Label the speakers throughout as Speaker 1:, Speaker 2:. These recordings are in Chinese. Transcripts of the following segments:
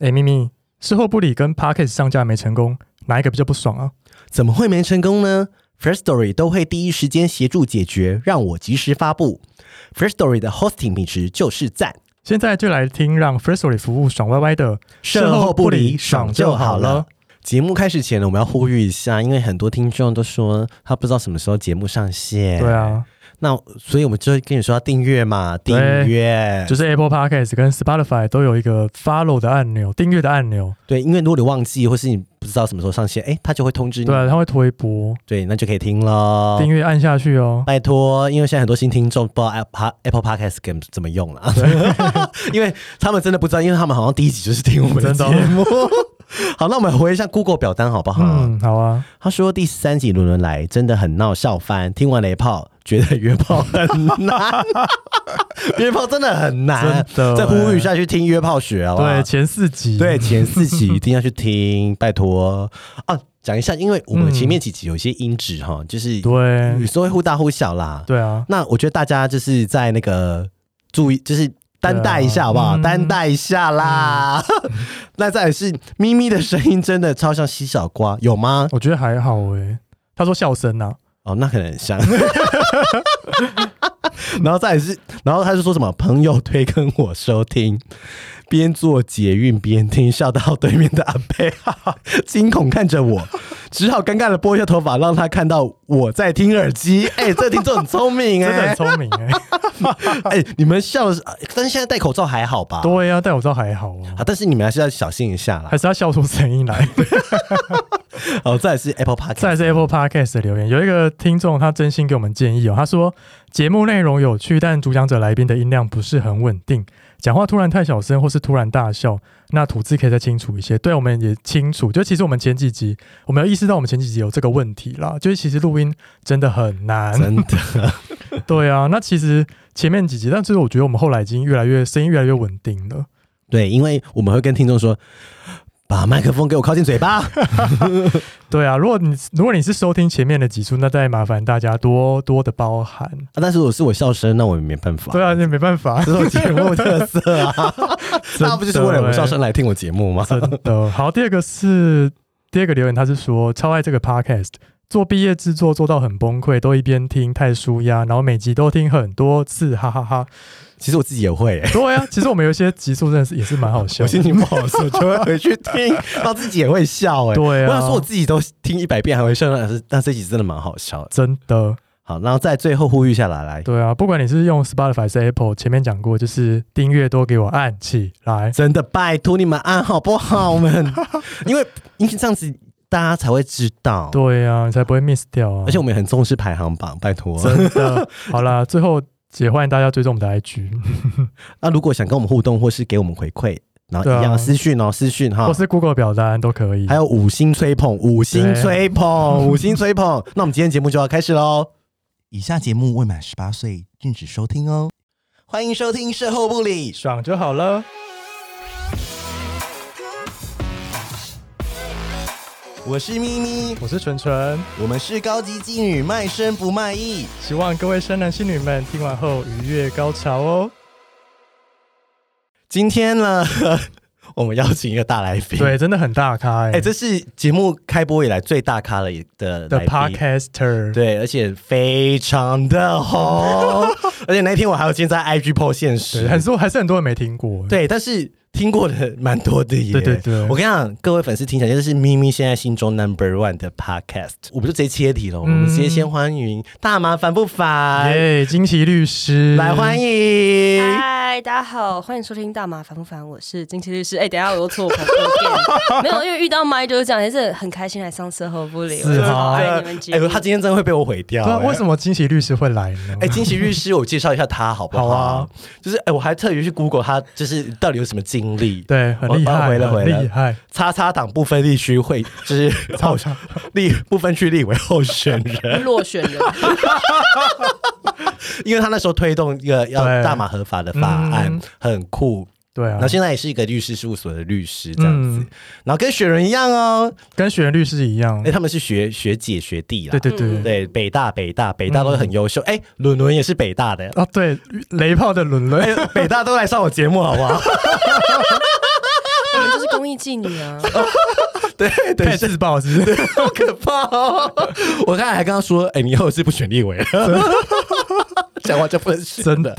Speaker 1: 哎，咪咪，事后不理跟 Podcast 上架没成功，哪一个比较不爽啊？
Speaker 2: 怎么会没成功呢？First Story 都会第一时间协助解决，让我及时发布。First Story 的 hosting 品质就是赞，
Speaker 1: 现在就来听让 First Story 服务爽歪歪的，
Speaker 2: 售后不理爽就好了。节目开始前呢，我们要呼吁一下，因为很多听众都说他不知道什么时候节目上线。
Speaker 1: 对，啊，
Speaker 2: 那所以我们就跟你说要订阅嘛，订
Speaker 1: 对
Speaker 2: 阅。
Speaker 1: 就是 Apple Podcast 跟 Spotify 都有一个 Follow 的按钮，订阅的按钮，
Speaker 2: 对，因为如果你忘记，或是你不知道什么时候上线，哎，他就会通知你。
Speaker 1: 对啊，它会推播，
Speaker 2: 对那就可以听了。
Speaker 1: 订阅按下去哦。
Speaker 2: 拜托，因为现在很多新听众不知道 Apple Apple Podcast 怎怎么 用了，因为他们真的不知道，因为他们好像第一集就是听我们的节
Speaker 1: 真的哦
Speaker 2: 目。 好，那我们回一下 Google 表单好不好？
Speaker 1: 嗯，好啊，
Speaker 2: 他说第三集伦伦来真的很闹笑翻，听完雷炮觉得约炮很难， 约炮真的很难，
Speaker 1: 真的
Speaker 2: 哎再呼吁一下去听约炮学好不好？
Speaker 1: 对，前四集，
Speaker 2: 对，前四集一定要去听，拜托啊！讲一下，因为我们前面几集有一些音质哈，就是有
Speaker 1: 嗯对
Speaker 2: 时候会忽大忽小啦。
Speaker 1: 对啊，
Speaker 2: 那我觉得大家就是在那个注意，就是担待一下好不好？
Speaker 1: 对啊嗯嗯
Speaker 2: 担待一下啦。 那再来是咪咪的声音真的超像西小瓜，有吗？
Speaker 1: 我觉得还好诶。他说笑声啊呐，
Speaker 2: 哦，那可能 很像。然后再来是，然后他就说什么朋友推跟我收听，边做捷运边听，笑到对面的阿贝 哈哈惊恐看着我，只好尴尬的拨一下头发，让他看到我在听耳机。哎、这个听众很聪明
Speaker 1: 真的
Speaker 2: 哎、
Speaker 1: 很聪明欸 诶。
Speaker 2: 哎、你们笑的是，但是现在戴口罩还好吧？
Speaker 1: 对啊，但我知道还好哦，
Speaker 2: 啊，但是你们还是要小心一下啦
Speaker 1: 还。是要笑出声音来。
Speaker 2: 哦，再来是 Apple Park，
Speaker 1: 再来是 Apple Podcast 的留言，有一个听众他真心给我们建议哦，他说节目内容有趣，但主讲者来宾的音量不是很稳定，讲话突然太小声或是突然大笑，那吐字可以再清楚一些。对，我们也清楚，就其实我们前几集我们有意识到我们前几集有这个问题啦，就是其实录音真的很难。
Speaker 2: 真的
Speaker 1: 对啊，那其实前面几集，但是我觉得我们后来已经越来越声音越来越稳定了。
Speaker 2: 对，因为我们会跟听众说，把麦克风给我靠近 嘴巴。啊
Speaker 1: 对啊，如果你如果你是收听前面的集数，那再麻烦大家多多的包涵。
Speaker 2: 啊，但是我是我笑声，那我也没办法。
Speaker 1: 对啊，那没办法，
Speaker 2: 这是我节 目 特色啊！大家不就是为了我笑声来听我节目吗？
Speaker 1: 真的 好，第二个是第二个留言，他是说超爱这个 podcast，做毕业制作做到很崩溃，都一边听太舒压，然后每集都听很多次，哈哈哈
Speaker 2: 其实我自己也会、欸，
Speaker 1: 对啊， 其实我们有一些集数真的是也是蛮好笑
Speaker 2: 我
Speaker 1: 的。
Speaker 2: 心情不好的时候就会回去听，然后自己也会笑、欸。哎，
Speaker 1: 对
Speaker 2: 我
Speaker 1: 啊，
Speaker 2: 想说我自己都听一百遍还会笑，但是但这集真的蛮好笑的。
Speaker 1: 真的
Speaker 2: 好，然后在最后呼吁下来，来，
Speaker 1: 对啊，不管你是用 Spotify 还是 Apple，前面讲过，就是订阅多给我按起来。
Speaker 2: 真的拜托你们按好不好？我们 因为因为这样子大家才会知道，
Speaker 1: 对啊，你才不会 miss 掉啊。
Speaker 2: 而且我们也很重视排行榜，拜托。
Speaker 1: 真的 好啦，最后也欢迎大家追踪我们的 IG，
Speaker 2: 那如果想跟我们互动或是给我们回馈，然后
Speaker 1: 对啊
Speaker 2: 一样私讯哦，私讯哈，
Speaker 1: 或是 Google 表单都可以
Speaker 2: 还。有五星吹捧，五星吹捧，五星 吹捧。那我们今天节目就要开始喽，
Speaker 3: 以下节目未满十八岁禁止收听哦。
Speaker 2: 欢迎收听《售后不理》。
Speaker 1: 爽就好了。
Speaker 2: 我是咪咪，
Speaker 1: 我是纯纯，
Speaker 2: 我们是高级妓女，卖身不卖艺。
Speaker 1: 希望各位生男性女们听完后愉悦高潮 哦。
Speaker 2: 今天呢， 我们邀请一个大来宾，，
Speaker 1: 对，真的很大咖哎、
Speaker 2: 哎、这是节目开播以来最大咖了的
Speaker 1: 的
Speaker 2: 来宾
Speaker 1: podcaster
Speaker 2: 对，而且非常的 红，而且那天我还有今天在 IG PO 现实，
Speaker 1: 对，很多还是很多人没听过。
Speaker 2: 对，但是听过的蛮多的耶。
Speaker 1: 对对对
Speaker 2: 我跟你讲，各位粉丝听起来，这是咪咪现在心中 number one 的 podcast。我们就直接切题
Speaker 1: 嗯
Speaker 2: 了，我们直接先欢迎大麻烦不烦，
Speaker 1: 耶，金奇律师
Speaker 2: 来欢迎。
Speaker 4: 嗨，大家好，欢迎收听《大麻烦不烦》，我是金奇律师。哎、等一下我又错口 了，没有，因为遇到麦就是这样，也是很开心来上社后不理，我
Speaker 1: 是
Speaker 4: 真
Speaker 1: 啊
Speaker 4: 的好
Speaker 2: 哎、
Speaker 4: 爱你们节目。
Speaker 2: 他今天真的会被我毁掉、
Speaker 1: 对啊，
Speaker 2: 哎
Speaker 1: 为什么金奇律师会来呢？
Speaker 2: 哎、金喜律师，我介绍一下他好不好？
Speaker 1: 好啊，
Speaker 2: 就是哎、我还特别去 Google 他，就是到底有什么经历？
Speaker 1: 对，很厉
Speaker 2: 我
Speaker 1: 害，
Speaker 2: 我回了
Speaker 1: 很
Speaker 2: 回了
Speaker 1: 厉害。
Speaker 2: 叉叉党不分地区会， 就是候 立不分区立委候选人，
Speaker 4: 落选人，
Speaker 2: 因为他那时候推动一个要
Speaker 1: 对
Speaker 2: 大麻合法的法案，
Speaker 1: 嗯
Speaker 2: 很酷。
Speaker 1: 对啊
Speaker 2: 然后，现在也是一个律师事务所的律师这样子，
Speaker 1: 嗯
Speaker 2: 然后跟雪人一样哦，
Speaker 1: 跟学员律师一样
Speaker 2: 哎、。他们是学学姐学弟啦，
Speaker 1: 嗯对嗯对对
Speaker 4: 嗯
Speaker 2: 对北大北大北大都很优秀，哎、伦伦也是北大的，
Speaker 1: 啊，对，雷炮的伦伦。
Speaker 2: 哎、北大都来上我节目好不好？
Speaker 4: 我们就是公益妓女 啊，
Speaker 2: 对对
Speaker 1: 太，自爆是不是？
Speaker 2: 好可怕哦！我刚才还跟他说，哎、你以后是不选立委了， 讲完就分析。
Speaker 1: 真的，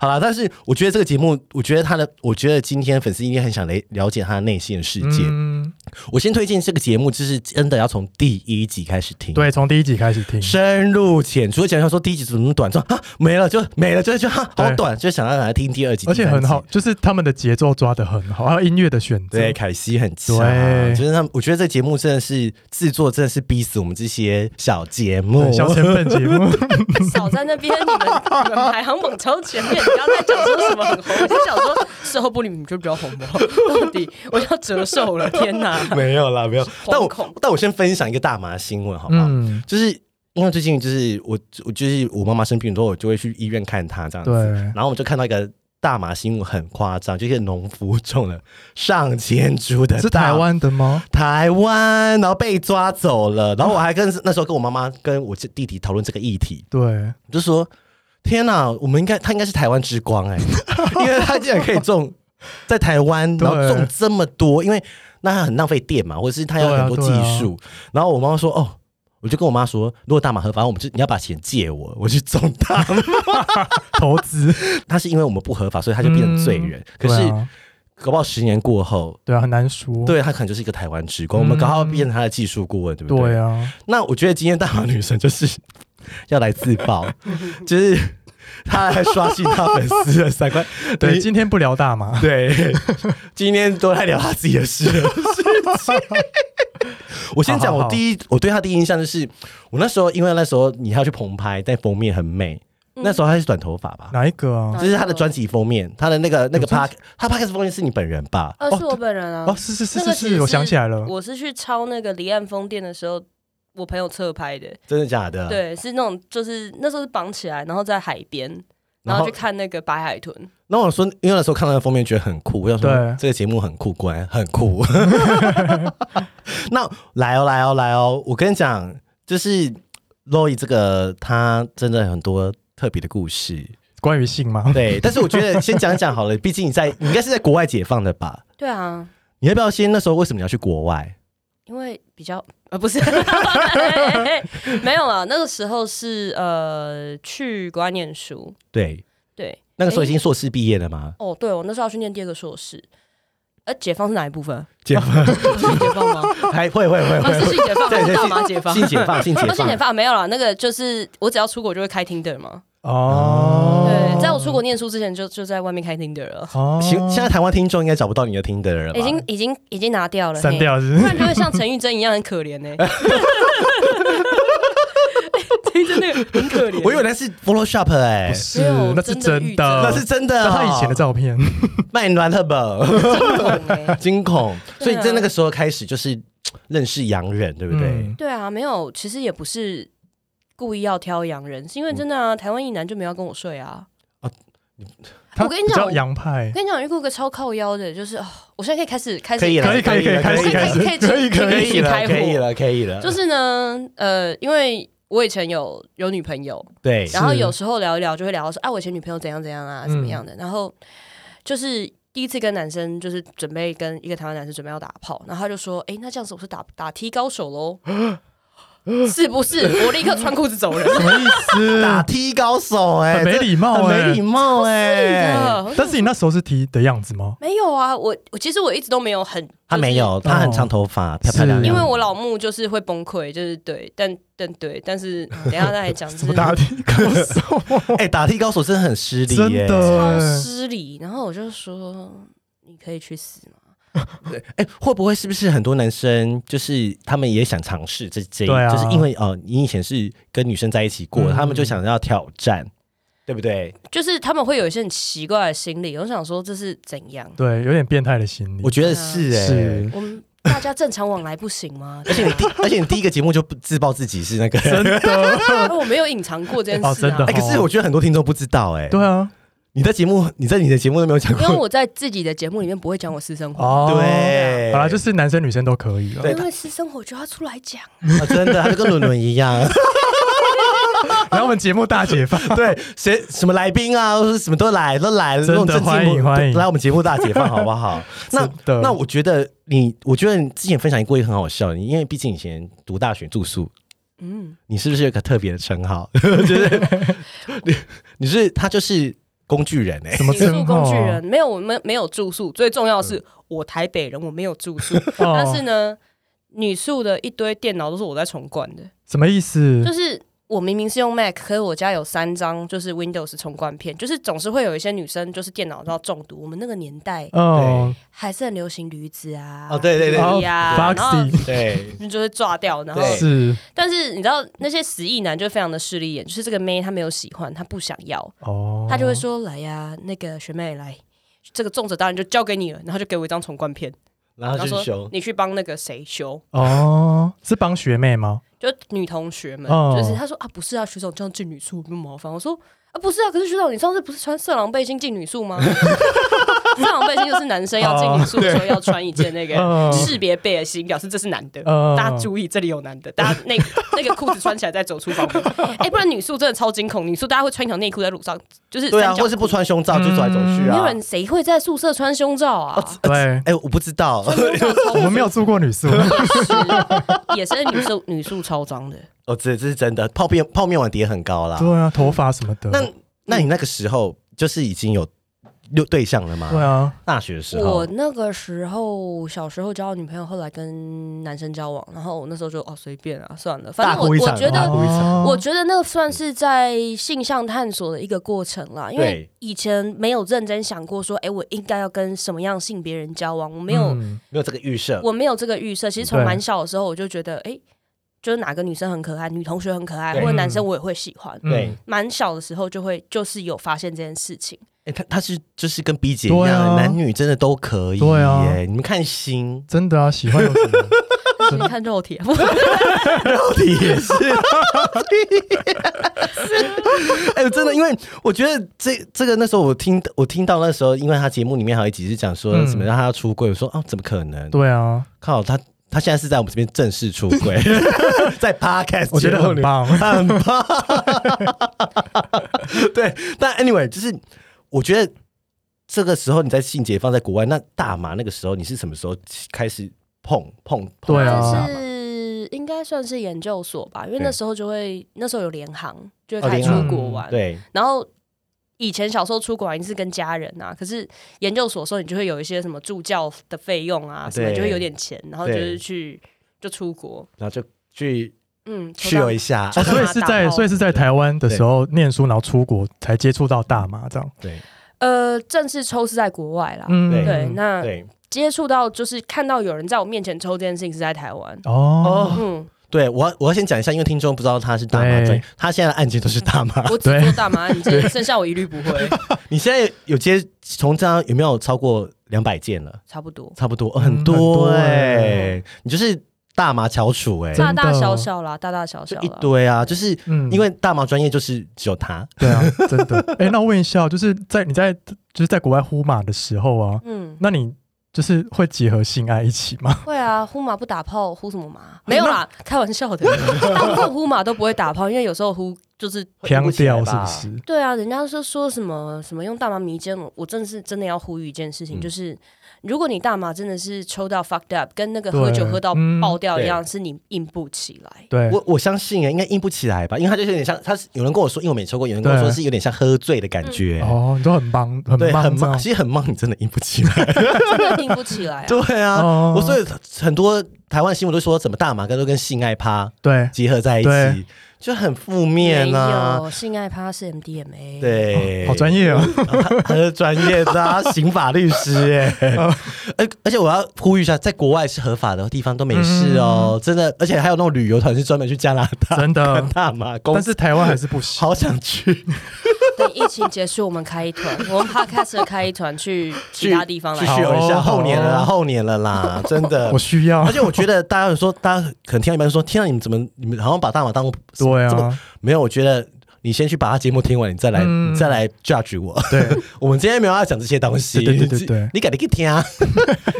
Speaker 2: 好了，但是我觉得这个节目，我觉得他的，我觉得今天粉丝应该很想了了解他的内心的世界。
Speaker 1: 嗯，
Speaker 2: 我先推荐这个节目，就是真的要从第一集开始听。
Speaker 1: 对，从第一集开始听，
Speaker 2: 深入浅出，想想说第一集怎么那么短，说啊没了就没了，就就哈好
Speaker 1: 对
Speaker 2: 短，就想要来听第二集，
Speaker 1: 而且
Speaker 2: 第三
Speaker 1: 很
Speaker 2: 集
Speaker 1: 好，。就是他们的节奏抓的很好，还有音乐的选择，
Speaker 2: 对，凯西很强，
Speaker 1: 对
Speaker 2: 就是他们。我觉得这节目真的是制作，真的是逼死我们这些小节目
Speaker 1: 对。小成本节 目，
Speaker 4: 少在那边，你们你们排行榜超前面，你不要再讲说什么很红，我就想说事后不理你们就比较红吧，到底我要折寿了，天哪！
Speaker 2: 没有啦，没有。但
Speaker 4: 惶恐
Speaker 2: 我但我先分享一个大麻新闻，好不好？
Speaker 1: 嗯，
Speaker 2: 就是因为最近就是我我就是我妈妈生病的时候，我就会去医院看她这样子。
Speaker 1: 对
Speaker 2: 然后我就看到一个大麻新闻很夸张，就是农夫种了上千株的
Speaker 1: 是
Speaker 2: 大
Speaker 1: 台湾的 吗？
Speaker 2: 台湾，然后被抓走了。然后我还跟那时候跟我妈妈跟我弟弟讨论这个议题，
Speaker 1: 对，
Speaker 2: 我就说：“天哪，我们应该他应该是台湾之光 哎、因为他竟然可以种在台湾，然后
Speaker 1: 对
Speaker 2: 种这么多，因为那他很浪费电嘛，或者是他有
Speaker 1: 对啊
Speaker 2: 很多技
Speaker 1: 对啊
Speaker 2: 术。然后我妈妈说：“哦。”我就跟我妈说，如果大麻合法，我们就你要把钱借我，我去种大 麻。
Speaker 1: 投资，
Speaker 2: 他是因为我们不合法，所以他就变成罪人。 可
Speaker 1: 对
Speaker 2: 是
Speaker 1: 啊
Speaker 2: 搞不好十年过后，
Speaker 1: 对啊，很难说，
Speaker 2: 对他可能就是一个台湾职工，我们
Speaker 1: 嗯
Speaker 2: 搞不好变成他的技术顾问，对不
Speaker 1: 对啊，
Speaker 2: 那我觉得今天大马女神就是 要来自 爆，就是她来刷新她粉丝的三观。
Speaker 1: 对，
Speaker 2: 你
Speaker 1: 今天不聊大麻，
Speaker 2: 对，今天都在聊她自己的事 事情。我先讲
Speaker 1: 好好
Speaker 2: 我
Speaker 1: 好
Speaker 2: 第一，我对她第一印象就是，我那时候因为那时候你还要去棚拍，但封面很美，
Speaker 1: 嗯
Speaker 2: 那时候她是短头发吧。
Speaker 1: 哪一个
Speaker 4: 嗯
Speaker 1: 啊？
Speaker 2: 这是她的专辑封面，她的那个那个
Speaker 1: 有
Speaker 2: p
Speaker 1: 专
Speaker 2: a 她 p a 封面是你本人吧？
Speaker 4: 呃，是我本人啊
Speaker 1: 哦，，是是是
Speaker 4: 那
Speaker 1: 是
Speaker 4: 个其实
Speaker 1: 是，我想起来了，
Speaker 4: 我是去抄那个离岸风店的时候，我朋友侧拍的，
Speaker 2: 真的假的？，
Speaker 4: 对，是那种就是那时候是绑起来，然后在海边，
Speaker 2: 然
Speaker 4: 然
Speaker 2: 后
Speaker 4: 后去看那个白海豚，
Speaker 2: 那我说，因为那时候看到那封面觉得很酷，我想说
Speaker 1: 对
Speaker 2: 这个节目很酷，果然很酷。 那来哦，来哦，来哦！我跟你讲，就是 Loy 这个他真的很多特别的故事，
Speaker 1: 关于性 吗？
Speaker 2: 对。但是我觉得先讲讲好了，毕竟你在你应该是在国外解放的吧？
Speaker 4: 对啊，
Speaker 2: 你要不要先那时候为什么你要去国外？
Speaker 4: 因为比较呃不是， 没有啊，那个时候是呃去国外念书，
Speaker 2: 对，
Speaker 4: 对，
Speaker 2: 那个时候已
Speaker 4: 诶
Speaker 2: 经硕士毕业了吗？
Speaker 4: 哦，对，我那时候要去念第二个硕士。呃，解放是哪一部分？
Speaker 2: 解放
Speaker 4: 是 性解放吗？
Speaker 2: 还会会会
Speaker 4: 啊，
Speaker 2: 会
Speaker 4: 是性解放
Speaker 2: 对
Speaker 4: 还是
Speaker 2: 对
Speaker 4: 大麻解放？
Speaker 2: 性解放性解
Speaker 4: 啊，性解
Speaker 2: 放，
Speaker 4: 放没有啦，那个就是我只要出国就会开 Tinder 嘛。
Speaker 1: 哦，
Speaker 4: 对，在我出国念书之前就就在外面开 Tinder 了，
Speaker 1: 哦，
Speaker 2: 行，现在台湾听众应该找不到你的听的人了吧，
Speaker 4: 已经已经已经拿掉了，
Speaker 1: 删
Speaker 4: 嘿
Speaker 1: 掉是不
Speaker 4: 不
Speaker 1: 是
Speaker 4: 然他会像陈玉珍一样很可怜呢、 陈玉珍那个很可怜，
Speaker 2: 我以为那是 Photoshop 哎、
Speaker 1: 不
Speaker 4: 没
Speaker 1: 是
Speaker 4: 有，
Speaker 1: 那是
Speaker 4: 真的
Speaker 1: 真
Speaker 4: 遇
Speaker 1: 的，哦
Speaker 4: 到
Speaker 2: 呃那是真的、
Speaker 1: 那他以前 的照片，
Speaker 2: 卖暖了吧？
Speaker 4: 惊恐欸
Speaker 2: 惊恐，所以
Speaker 4: 对啊
Speaker 2: 在那个时候开始就是嘖认识洋人，对不对？
Speaker 1: 嗯
Speaker 4: 对啊，没有，其实也不是故意要挑洋人，是因为真的啊，台湾一男就没有要跟我睡啊。
Speaker 2: 哦
Speaker 1: 他
Speaker 4: 我跟你
Speaker 1: 比
Speaker 4: 讲
Speaker 1: 较洋派
Speaker 4: 我，跟你讲，遇过一个超靠腰的，就是哦，我现在可以开始开始
Speaker 2: 可以了，
Speaker 1: 可以可以
Speaker 2: 可
Speaker 1: 可
Speaker 4: 以
Speaker 2: 以
Speaker 4: 开
Speaker 2: 了
Speaker 4: 始可以可以
Speaker 2: 可
Speaker 4: 可以
Speaker 2: 以了，
Speaker 4: 开
Speaker 2: 可以
Speaker 4: 火
Speaker 2: 了，可以了，
Speaker 4: 就是呢，呃，因为我以前有有女朋友，
Speaker 2: 对，
Speaker 4: 然后有时候聊一聊就会聊到说，啊，我以前女朋友怎样怎样啊，怎么样
Speaker 2: 嗯
Speaker 4: 的。然后就是第一次跟男生，就是准备跟一个台湾男生准备要打炮，然后他就说，哎，那这样子我是打打踢高 手喽，是不是？我立刻穿裤子 走人。
Speaker 1: 什么意 思？
Speaker 2: 打踢高手，哎，
Speaker 1: 很没
Speaker 2: 这
Speaker 1: 礼貌
Speaker 2: 很
Speaker 1: 哎
Speaker 2: 没礼貌，哎。
Speaker 4: 真的
Speaker 1: 但是你那时候是提的样子吗？
Speaker 4: 没有啊，我我其实我一直都没有很，
Speaker 2: 他没有，他很长头发，漂漂亮
Speaker 4: 就是
Speaker 2: 亮。
Speaker 4: 因为我老木就是会崩溃，就是对，但但对，但是嗯等一下 再来讲，就是
Speaker 1: 打听高 手，
Speaker 2: 哎，打踢高手真的很失礼，
Speaker 1: 真
Speaker 2: 哎
Speaker 4: 超
Speaker 1: 的，
Speaker 4: 失礼。然后我就说，你可以去死吗？
Speaker 2: 哎，会不会是不是很多男生就是他们也想尝试这这一，
Speaker 1: 对啊
Speaker 2: 就是因为哦，你以前是跟女生在一起过，
Speaker 1: 嗯
Speaker 2: 他们就想要挑战，对不对？
Speaker 4: 就是他们会有一些很奇怪的心理，我想说这是怎样？
Speaker 1: 对，有点变态的心理
Speaker 2: 我，觉得是哎，
Speaker 1: 是
Speaker 4: 我们大家正常往来不行 吗？
Speaker 2: 而且你第，而且你第一个节目就不自曝自己是那个，
Speaker 1: 真的，
Speaker 4: 而我没有隐藏过这件
Speaker 1: 哦
Speaker 4: 事
Speaker 1: 真
Speaker 4: 啊，
Speaker 1: 的
Speaker 2: 哎、可是我觉得很多听众不知道、哎，
Speaker 1: 对啊，
Speaker 2: 你在节目，你在你的节目都没有讲
Speaker 4: 因为
Speaker 2: 过，
Speaker 4: 我在自己的节目里面不会讲我私生活，
Speaker 1: 哦，，
Speaker 2: 对，
Speaker 1: 好啦，就是男生女生都可以了
Speaker 2: 对，
Speaker 4: 因为私生活就要出来讲。
Speaker 2: 啊真的，他就跟伦伦一样，
Speaker 1: 然后我们节目大解放，
Speaker 2: 对，谁什么来宾啊，或是什么都来都来，
Speaker 1: 真的
Speaker 2: 弄政
Speaker 1: 欢迎欢迎
Speaker 2: 来我们节目大解放好 不好？ 那
Speaker 1: 真的
Speaker 2: 那我觉得你，我觉得你之前分享过一个很好笑的，因为毕竟以前读大学住宿，
Speaker 4: 嗯，
Speaker 2: 你是不是有一个特别的称号？ 就是 你你是他就是工具人哎、
Speaker 1: 什么
Speaker 4: 民宿
Speaker 1: 称
Speaker 4: 工
Speaker 1: 号
Speaker 4: 具
Speaker 1: 啊
Speaker 4: 人？没有，我们没有住宿，最重要的是我台北人，我没有住宿，
Speaker 1: 哦
Speaker 4: 但是呢，女宿的一堆电脑都是我在重灌的，
Speaker 1: 什么意思？
Speaker 4: 就是我明明是用 Mac，可是我家有三张就是 Windows 重灌片，就是总是会有一些女生就是电脑到中毒。我们那个年代
Speaker 1: 哦，
Speaker 4: 还是很流行驴子啊，
Speaker 2: 哦对对对
Speaker 1: 哦
Speaker 4: 哎呀，然后
Speaker 1: Foxy
Speaker 2: 对，
Speaker 4: 就会抓掉，然后
Speaker 2: 对
Speaker 1: 是
Speaker 4: 但是你知道那些死意男就非常的势利眼，就是这个妹她没有喜欢，她不想要，
Speaker 1: 哦，
Speaker 4: 她就会说、来呀、那个学妹来。这个粽子当然就交给你了，然后就给我一张重灌片，
Speaker 2: 然
Speaker 4: 然
Speaker 2: 后
Speaker 4: 后
Speaker 2: 就是
Speaker 4: 说
Speaker 2: 熊，
Speaker 4: 你去帮那个谁修，
Speaker 1: 哦，是帮学妹吗？
Speaker 4: 就女同学们，
Speaker 1: 哦
Speaker 4: 就是她说啊，不是啊，学长这样进女宿那么麻烦。我说啊，不是啊，可是学长你上次不是穿色狼背心进 女宿吗？色狼背心就是男生要进女宿的时候要穿一件 那
Speaker 1: 哦
Speaker 4: 个识别背的心，表示这是男的。
Speaker 1: 哦
Speaker 4: 大家注意，这里有男的，大家那 那个裤子穿起来再走出房门。哎、不然女宿真的超惊恐，女宿大家会穿一条内裤在路上，就是
Speaker 2: 对啊，
Speaker 4: 三角
Speaker 2: 或是不穿胸罩就走来走去
Speaker 4: 嗯没
Speaker 2: 啊
Speaker 4: 有。人谁会在宿舍穿胸罩 啊？
Speaker 1: 对，
Speaker 2: 哎、我不知道，
Speaker 4: 胸罩超
Speaker 1: 我们没有住过女宿，
Speaker 4: 是，也是女宿女宿超脏的。
Speaker 2: 哦，这这是真的，泡面泡面碗碟很高啦。
Speaker 1: 对啊，头发什么的，
Speaker 2: 那那你那个时候就是已经有有对象了吗？
Speaker 1: 对啊，
Speaker 2: 大学的时
Speaker 4: 我
Speaker 2: 候，
Speaker 4: 那个时候小时候交女朋友，后来跟男生交往，然后我那时候就哦随便啊，算了，反
Speaker 2: 大
Speaker 4: 正我
Speaker 2: 哭一
Speaker 4: 我
Speaker 2: 场，
Speaker 4: 觉
Speaker 2: 大
Speaker 4: 得。
Speaker 2: 哭一场。
Speaker 1: 哦
Speaker 4: 我觉得那个算是在性向探索的一个过程啦，因为
Speaker 2: 对
Speaker 4: 以前没有认真想过说，哎、我应该要跟什么样性别人交往，我没有，
Speaker 1: 嗯
Speaker 2: 没有这个预设，
Speaker 4: 我没有这个预设。其实从
Speaker 1: 对
Speaker 4: 蛮小的时候我就觉得，哎、就是哪个女生很可爱，女同学很可爱，或
Speaker 2: 对嗯
Speaker 4: 者男生我也会喜欢。
Speaker 2: 对
Speaker 4: 蛮小的时候就会就是有发现这件事情，
Speaker 2: 哎、他他是就是跟 B 姐一
Speaker 1: 对啊
Speaker 2: 样，男女真的都可以耶。
Speaker 1: 对啊
Speaker 2: 你们看心
Speaker 1: 真的啊，喜欢有什 么？
Speaker 4: 你看肉体啊，
Speaker 2: 到底 也是，啊哎、真的，因为我觉得这这个那时候我听我听到那时候，因为他节目里面还有一集是讲说
Speaker 1: 嗯
Speaker 2: 什么让他要出柜，我说啊，怎么可能？
Speaker 1: 对啊，
Speaker 2: 靠他。他现在是在我们这边正式出 柜，在 podcast，
Speaker 1: 我觉得
Speaker 2: 节目
Speaker 1: 很
Speaker 2: 里
Speaker 1: 棒。
Speaker 2: 很棒。 对，但 anyway，就是我觉得这个时候你在性解放在国外，那大麻那个时候你是什么时候开始碰碰？碰
Speaker 1: 对啊
Speaker 2: 这个大
Speaker 4: 就
Speaker 2: 麻
Speaker 4: 是应该算是研究所吧，因为
Speaker 2: 对
Speaker 4: 那时候就会那时候有联航，就
Speaker 2: 哦
Speaker 4: 会开始
Speaker 2: 联航
Speaker 4: 出国玩。
Speaker 2: 对
Speaker 4: 然后以前小时候出国玩是跟家人啊，可是研究所的时候你就会有一些什么助教的费用啊，什么
Speaker 2: 对
Speaker 4: 就会有点钱，然后就
Speaker 2: 对
Speaker 4: 是去就出国，
Speaker 2: 然后就去
Speaker 4: 嗯，抽
Speaker 2: 去
Speaker 4: 到
Speaker 2: 游一下。
Speaker 4: 抽到
Speaker 1: 所以是在
Speaker 4: 打炮
Speaker 1: 所以是在台湾的时候念书，然后出国才接触到大麻这样。
Speaker 2: 对
Speaker 4: 呃正式抽是在国外啦。
Speaker 1: 嗯，
Speaker 4: 对，那
Speaker 2: 对
Speaker 4: 接触到就是看到有人在我面前抽这件事情是在台湾，
Speaker 1: 哦，
Speaker 2: 哦，
Speaker 4: 嗯，
Speaker 2: 对我我要先讲一下，因为听众不知道他是大麻
Speaker 1: 对
Speaker 2: 专，他现在的案件都是大麻。
Speaker 4: 我
Speaker 1: 对
Speaker 4: 只做大麻，你这剩下我一律不会，
Speaker 2: 你现在有接从这样有没有超过两百件了？
Speaker 4: 差不多，
Speaker 2: 差不多，哦
Speaker 1: 嗯
Speaker 2: 很
Speaker 1: 很多
Speaker 2: 多哎、
Speaker 4: 欸
Speaker 2: 你就是大麻翘楚哎、
Speaker 1: 真
Speaker 4: 大
Speaker 1: 的
Speaker 4: 大小小啦，大大小
Speaker 2: 就
Speaker 4: 小啦
Speaker 2: 一，堆啊，就是
Speaker 1: 嗯
Speaker 2: 因为大麻专业就是只有他，
Speaker 1: 对啊，真的。 哎，那我问一下，就是在你在就是在国外呼马的时候啊，
Speaker 4: 嗯。
Speaker 1: 那你就是会结合性爱一起 吗？
Speaker 4: 会啊，呼麻不打炮，呼什么麻？没有啦，开玩笑 的。大部分呼麻都不会打炮，因为有时候呼就是
Speaker 1: 偏
Speaker 2: 不起来
Speaker 1: 掉是
Speaker 2: 吧
Speaker 1: 不是？
Speaker 4: 对啊，人家说说什么什么用大麻迷奸，我我真的是真的要呼吁一件事情，
Speaker 2: 嗯
Speaker 4: 就是如果你大麻真的是抽到 fucked up，跟那个
Speaker 1: 对
Speaker 4: 喝酒喝到
Speaker 1: 嗯
Speaker 4: 爆掉一样，是你硬不起来。
Speaker 1: 对，
Speaker 2: 我我相信啊，应该硬不起来吧，因为他就是有点像，他是有人跟我说，因为我没抽过，有人跟我说
Speaker 1: 对
Speaker 2: 是有点像喝醉的感觉，
Speaker 1: 哦，你都很忙，很
Speaker 2: 对，
Speaker 1: 忙
Speaker 2: 很
Speaker 1: 这样
Speaker 2: 忙，其实很忙，你真的硬不起来，
Speaker 4: 真的硬不起 来啊！
Speaker 2: 对啊，
Speaker 1: 哦
Speaker 2: 我所以很多台湾新闻都说怎么大麻跟都跟性爱趴
Speaker 1: 对
Speaker 2: 结合在一
Speaker 1: 对
Speaker 2: 起，就很负面啊
Speaker 4: 没，有性爱趴是 MDMA，，
Speaker 2: 对，
Speaker 1: 好专业啊！
Speaker 2: 他他是专业的、啊、刑法律师耶、
Speaker 1: 哦
Speaker 2: 而而且我要呼吁一下，在国外是合法的地方都没事哦，真的。而且还有那种旅游团是专门去加拿大
Speaker 1: 嗯真的
Speaker 2: 看大麻公
Speaker 1: 但是台湾还是不行。
Speaker 2: 好想去
Speaker 4: 等疫情结束，我们开一团，我们 podcast 开一团去其他地方
Speaker 2: 去
Speaker 4: 来
Speaker 1: 好。
Speaker 2: 去游一
Speaker 1: 哦
Speaker 2: 下，后年了
Speaker 1: 好
Speaker 2: 啦，
Speaker 1: 哦
Speaker 2: 后年了啦， 真的
Speaker 1: 我。需要
Speaker 2: 而，且我觉得大家有说，大家可能听到一半说，天啊，你们怎么你们好像把大麻当
Speaker 1: 对
Speaker 2: 这么
Speaker 1: 啊，
Speaker 2: 没有？我觉得你先去把他节目听完，你再来、
Speaker 1: 嗯
Speaker 2: 你再来 judge 我。
Speaker 1: 对，
Speaker 2: 我们今天没有要讲这些东西，
Speaker 1: 对对对对对
Speaker 2: 你你改天去 听啊，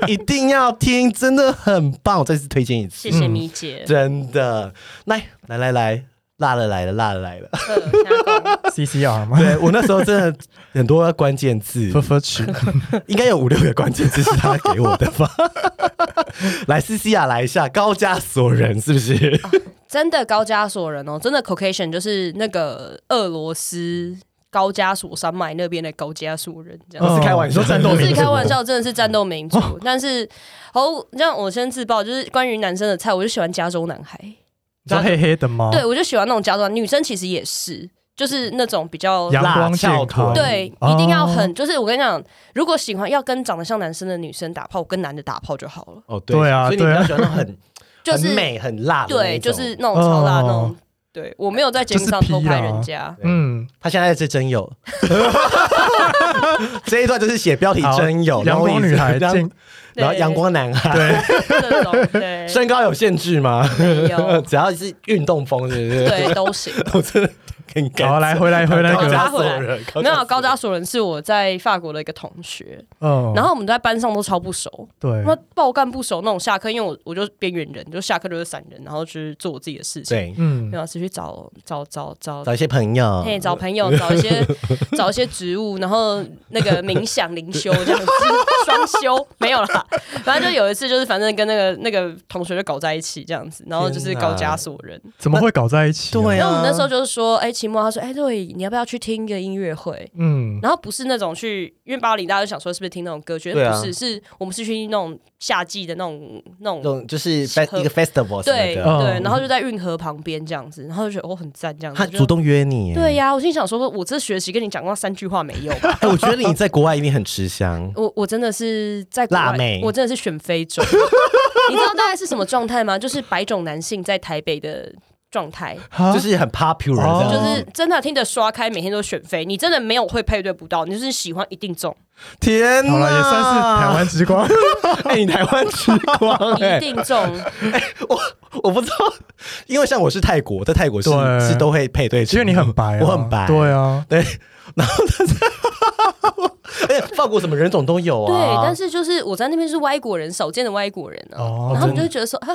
Speaker 2: 一定要听，
Speaker 4: 嗯
Speaker 2: 真的很棒，我再次推荐一次，
Speaker 4: 谢谢米姐，
Speaker 2: 真的。来来来来，辣了来了，辣了来了。
Speaker 4: 呃瞎讲
Speaker 1: C C R 吗？
Speaker 2: 对我那时候真的很多关键 字，
Speaker 1: 呵呵 吃，
Speaker 2: 应该有五六个关键字是他给我的 吧？来，西西亚来一下，高加索人是不是？
Speaker 4: 真的高加索人哦，真的 Caucasian 就是那个俄罗斯高加索山脉那边的高加索人这样
Speaker 2: 不
Speaker 4: 子。
Speaker 2: 是开玩笑
Speaker 1: 哦战斗
Speaker 4: 不
Speaker 1: 民
Speaker 4: 是
Speaker 1: 族
Speaker 4: 开玩，笑，真的是战斗民族。但是，好，让我先自爆，就是关于男生的菜，我就喜欢加州男孩。
Speaker 1: 你说黑黑的吗？
Speaker 4: 对，，我就喜欢那种加州男，女生其实也是，就是那种比 较
Speaker 1: 阳光
Speaker 2: 辣
Speaker 1: 健
Speaker 2: 翘
Speaker 1: 康，
Speaker 2: 臀
Speaker 4: 对，一定要很，就是我跟你讲，如果喜欢要跟长得像男生的女生打炮，我跟男的打炮就好了，
Speaker 2: 哦，
Speaker 1: 对啊
Speaker 2: 所以你比
Speaker 1: 对啊
Speaker 2: 较喜欢那 种很
Speaker 4: 就是
Speaker 2: 很美、很辣的那
Speaker 4: 对，
Speaker 2: 一
Speaker 4: 就
Speaker 2: 种
Speaker 4: 是那种超辣那种
Speaker 1: 哦。
Speaker 4: 对我没有在节目上
Speaker 1: 就是
Speaker 4: 偷拍
Speaker 1: P 啦
Speaker 4: 人家，
Speaker 1: 嗯，
Speaker 2: 他现在是真有， 这一段就是写标题
Speaker 1: 好
Speaker 2: 真有，
Speaker 1: 阳光女孩
Speaker 2: 然后
Speaker 1: 健
Speaker 2: 然后阳光男孩，
Speaker 1: 对，
Speaker 4: 这种 对，
Speaker 2: 身高有限制吗？
Speaker 4: 没有
Speaker 2: 只要是运动风，是不是？，
Speaker 4: 对都行。
Speaker 2: 我真的很感
Speaker 1: 好来回来回来
Speaker 2: 高
Speaker 1: 那个，
Speaker 2: 加索人，
Speaker 4: 没有高
Speaker 2: 索
Speaker 4: 加索人是我在法国的一个同学，
Speaker 1: 嗯，
Speaker 4: 然后我们都在班上都超不熟，
Speaker 1: 对，
Speaker 4: 那爆干不熟那种。下课因为我我就是边缘人，就下课就是散人，然后就是做我自己的事情，
Speaker 2: 对，
Speaker 1: 嗯
Speaker 4: 没，有是啊去找找找找
Speaker 2: 找一些朋友，
Speaker 4: 嘿，找朋友，找一些 找一些植物，然后那个冥想灵修这样子， 双修没有啦。反正就有一次，就是反正跟那个那个同学就搞在一起这样子，然后就是
Speaker 2: 天哪
Speaker 4: 高加索人。
Speaker 1: 怎么会搞在一起？，
Speaker 2: 对
Speaker 4: 然后我
Speaker 2: 啊，
Speaker 4: 们那时候就是说，哎、期末他说，哎、对，你要不要去听一个音乐会？
Speaker 1: 嗯，
Speaker 4: 然后不是那种去，因为巴黎大家就想说是不是听那种歌曲，
Speaker 2: 对啊
Speaker 4: 不是，是我们是去那种夏季的那种那种
Speaker 2: 那种就是在
Speaker 4: 合
Speaker 2: 一个 festival 什
Speaker 4: 对
Speaker 2: 么
Speaker 4: 对，
Speaker 2: 的，
Speaker 1: 嗯
Speaker 4: 然后就在运河旁边这样子，然后就觉得哦很赞这样
Speaker 2: 他
Speaker 4: 子，就
Speaker 2: 主动约你，
Speaker 4: 对。呀、我心想说，我这学期跟你讲过三句话没有吧？，
Speaker 2: 哎，我觉得你在国外一定很吃香
Speaker 4: 我我真的是在国外
Speaker 2: 辣妹
Speaker 4: 我真的是选非洲。 你知道大概是什么状态吗？就是白种男性在台北的状态，
Speaker 1: 哈
Speaker 2: 就是很 popular，
Speaker 1: 啊哦
Speaker 2: 这样
Speaker 4: 就是真的听着刷开，每天都选妃，你真的没有会配对不到，你就是喜欢一定中，
Speaker 2: 天
Speaker 1: 好
Speaker 2: 哪，
Speaker 1: 了，也算是
Speaker 4: 啊
Speaker 1: 台湾之 光，
Speaker 2: 哎、你台湾之光、
Speaker 4: 一
Speaker 2: 哎，
Speaker 4: 定中。
Speaker 2: 我不知道，因为像我是泰国，在泰国是
Speaker 1: 对
Speaker 2: 是都会配对成
Speaker 1: 因为
Speaker 2: 的，
Speaker 1: 你很白啊，
Speaker 2: 我很白，
Speaker 1: 对，啊，
Speaker 2: 对，然后他在，而哎且法国什么人种都有
Speaker 4: 对，
Speaker 2: 啊，
Speaker 4: 但是就是我在那边是外国人，少见的外国人啊。
Speaker 1: 哦
Speaker 4: 然后你就会觉得说啊，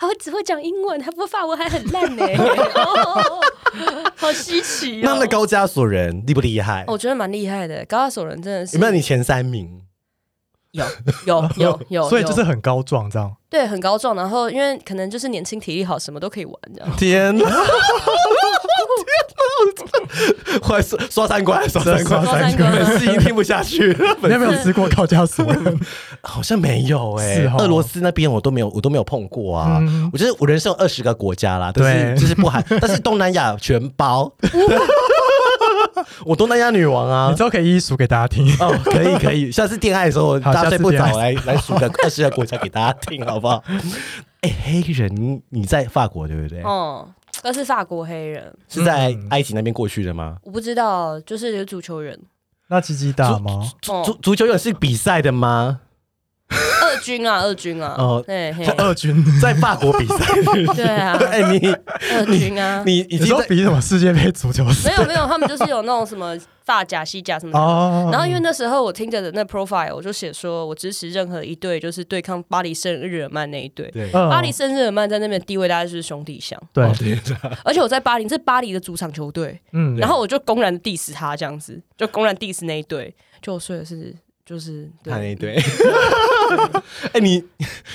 Speaker 4: 他会只会讲英文，他不会法文还很烂呢、哦 好稀奇
Speaker 2: 那
Speaker 4: 哦。
Speaker 2: 那高加索人厉不厉害？
Speaker 4: 我觉得蛮厉害的，高加索人真的是
Speaker 2: 有没有你前三名？
Speaker 4: 有有有有，
Speaker 1: 所以就
Speaker 4: 有
Speaker 1: 是很高壮这样，
Speaker 4: 对，很高壮，然后因为可能就是年轻体力好，什么都可以玩这样。
Speaker 2: 天哪！天哪！ 我刷刷三观，刷三观，
Speaker 4: 刷三观
Speaker 2: 粉丝已经听不下去了。
Speaker 1: 你
Speaker 2: 粉
Speaker 1: 有 没有吃过高 加索？
Speaker 4: 嗯
Speaker 2: 好像没有哎、
Speaker 1: 是哦
Speaker 2: 俄罗斯那边我都没有，我都没有碰过啊。
Speaker 1: 嗯
Speaker 2: 我觉得我人生有二十个国家啦，但
Speaker 1: 对
Speaker 2: 是就是不含，但是东南亚全包。 我东南亚女王
Speaker 1: 你
Speaker 2: 啊！
Speaker 1: 之后可以一一数给大家听。
Speaker 2: 哦，可以可以，下次恋爱的时候，
Speaker 1: 好
Speaker 2: 大家睡不
Speaker 1: 下次
Speaker 2: 着
Speaker 1: 恋
Speaker 2: 来来数个二十个国家给大家听，好不好？哎、黑人，你你在法国对不对？
Speaker 4: 哦、但是法国黑人，
Speaker 2: 是在
Speaker 1: 嗯
Speaker 2: 埃及那边过去的吗？
Speaker 4: 我不知道，就是有足球员，
Speaker 1: 那鸡鸡大吗？
Speaker 4: 哦、
Speaker 2: 足足球有是比赛的吗？
Speaker 4: 二军啊，二军啊，
Speaker 2: 哦
Speaker 4: 对嘿
Speaker 1: 二 军，
Speaker 2: 在法国比赛？
Speaker 4: 对啊，
Speaker 2: 哎、你
Speaker 4: 二军啊，
Speaker 2: 你已
Speaker 1: 你
Speaker 2: 经
Speaker 1: 说
Speaker 2: 在
Speaker 1: 比什么世界杯足球赛
Speaker 4: 没？有没有，他们就是有那种什么发甲、西甲什么的。
Speaker 1: 哦，
Speaker 4: 然后因为那时候我听着的那 profile，我就写说我支持任何一队，就是对抗巴黎圣日耳曼那一队。
Speaker 2: 对
Speaker 1: 嗯
Speaker 2: 哦
Speaker 4: 巴黎哦圣日耳曼在那边的地位大概就是兄弟相，
Speaker 1: 对，
Speaker 2: 对，
Speaker 4: 而且我在巴黎，这是巴黎的主场球队，
Speaker 1: 嗯，
Speaker 4: 然后我就公然 diss 他这样子，就公然 diss 那一队，就我睡的是就是
Speaker 2: 看那一
Speaker 4: 对，
Speaker 2: 堆。哎、你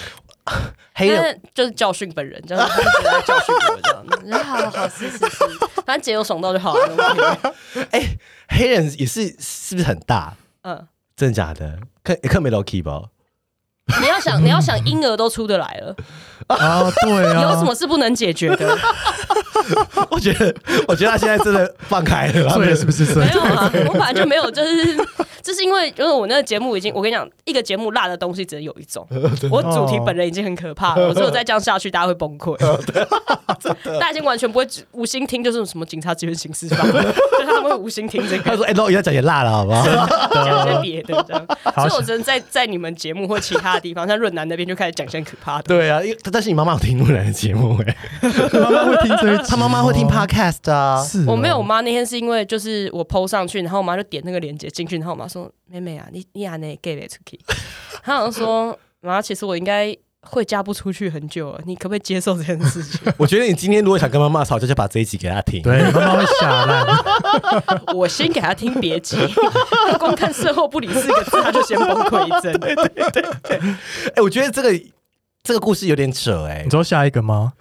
Speaker 2: 黑
Speaker 4: 因
Speaker 2: 人
Speaker 4: 为就是教训本人这样，子，就是在教训我这样子，然后 好好好是是是， 反正姐有爽到就好了，那我可以
Speaker 2: 哎黑人也是是不是很大？
Speaker 4: 嗯。
Speaker 2: 真的假的？克克梅罗 key 吧？
Speaker 4: 你要想，你要想，婴儿都出得来了，
Speaker 1: 啊，对啊，
Speaker 4: 有什么是不能解决的？
Speaker 2: 我觉得，我觉得他现在真的放开了，他
Speaker 1: 醉
Speaker 2: 们
Speaker 1: 了是不是醉
Speaker 4: 没？有啊，我本来就没有，就是就是因为就是我那个节目已经，我跟你讲，一个节目辣的东西只能有一 种，我主题本人已经很可怕了，我如果再这样下去，大家会崩溃， 大家已经完全不会只无心听，就是什么警察职员刑事吧， 就是他们会无心听这
Speaker 2: 他
Speaker 4: 个。
Speaker 2: 说：“哎、罗，要讲也辣了，好不好
Speaker 1: 啊
Speaker 4: 讲一些别的，这样，
Speaker 1: 好
Speaker 4: 所以我只能在在你们节目或其他的地方，像润南那边就开始讲一些可怕？”的。
Speaker 2: 对啊，因为但是你妈妈有听路人的节 目哎、
Speaker 1: 啊妈妈会听这一集吗，
Speaker 2: 他妈妈会听 podcast 啊。
Speaker 1: 是哦
Speaker 4: 我没有，我妈那天是因为就是我 PO 上去，然后我妈就点那个链接进去，然后我妈说：“妹妹啊，你你安内 gay 出去。”她好像说：“妈，其实我应该会嫁不出去很久了，你可不可以接受这件事情？
Speaker 2: 我觉得你今天如果想跟妈妈吵架，就把这一集给她听。
Speaker 1: 啊对，妈妈会吓烂。
Speaker 4: 我先给他听别急，他光看事后不理四个字，他就先崩溃一 阵。
Speaker 2: 哎、我觉得这个这个故事有点扯哎、
Speaker 1: 你知道下一个 吗？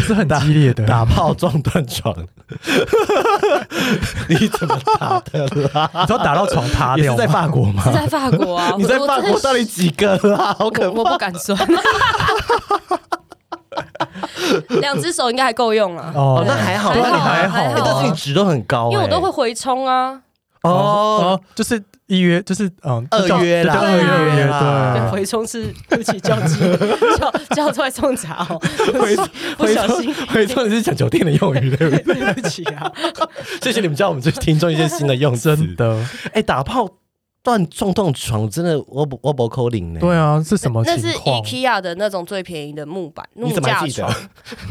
Speaker 1: 是很激烈的，
Speaker 2: 打炮撞 断床，你怎么打的啦？
Speaker 1: 你知道打到床塌
Speaker 2: 也
Speaker 1: 掉
Speaker 2: 是
Speaker 1: 吗？
Speaker 2: 在法国吗？
Speaker 4: 是在法国啊，
Speaker 2: 你在
Speaker 4: 我
Speaker 2: 法国到底几个啦？好可
Speaker 4: 我我
Speaker 2: 怕！
Speaker 4: 不敢算， 两只手应该还够用了。
Speaker 1: 哦
Speaker 2: 哦，那还好，
Speaker 4: 还
Speaker 2: 那
Speaker 4: 好
Speaker 2: 你还
Speaker 4: 还
Speaker 2: 好，
Speaker 4: 好
Speaker 2: 哎但是你值都很高、哎
Speaker 4: 因为我都会回冲啊，
Speaker 2: 哦。
Speaker 1: 哦，就是一约，就是嗯，
Speaker 2: 二
Speaker 1: 叫
Speaker 2: 约啦
Speaker 1: 对二
Speaker 4: 二
Speaker 1: 约
Speaker 2: 约
Speaker 1: 二
Speaker 2: 啦
Speaker 1: 约，对。
Speaker 4: 回冲是对不起叫 鸡叫叫出来送茶哦，
Speaker 2: 回
Speaker 4: 不
Speaker 2: 回
Speaker 4: 小 心
Speaker 2: 说回说你是讲酒店的用语对不对？
Speaker 4: 对不起啊，
Speaker 2: 谢谢你们教我们这听众一些新的用 词。
Speaker 1: 真，的，
Speaker 2: 哎、打炮断撞断床，真的我不我不扣零呢。
Speaker 1: 对啊，是什么
Speaker 4: 那是
Speaker 1: 情况？
Speaker 4: IKEA 的那种最便宜的木板木
Speaker 2: 你怎么
Speaker 4: 架
Speaker 2: 还记
Speaker 4: 床
Speaker 2: 得，？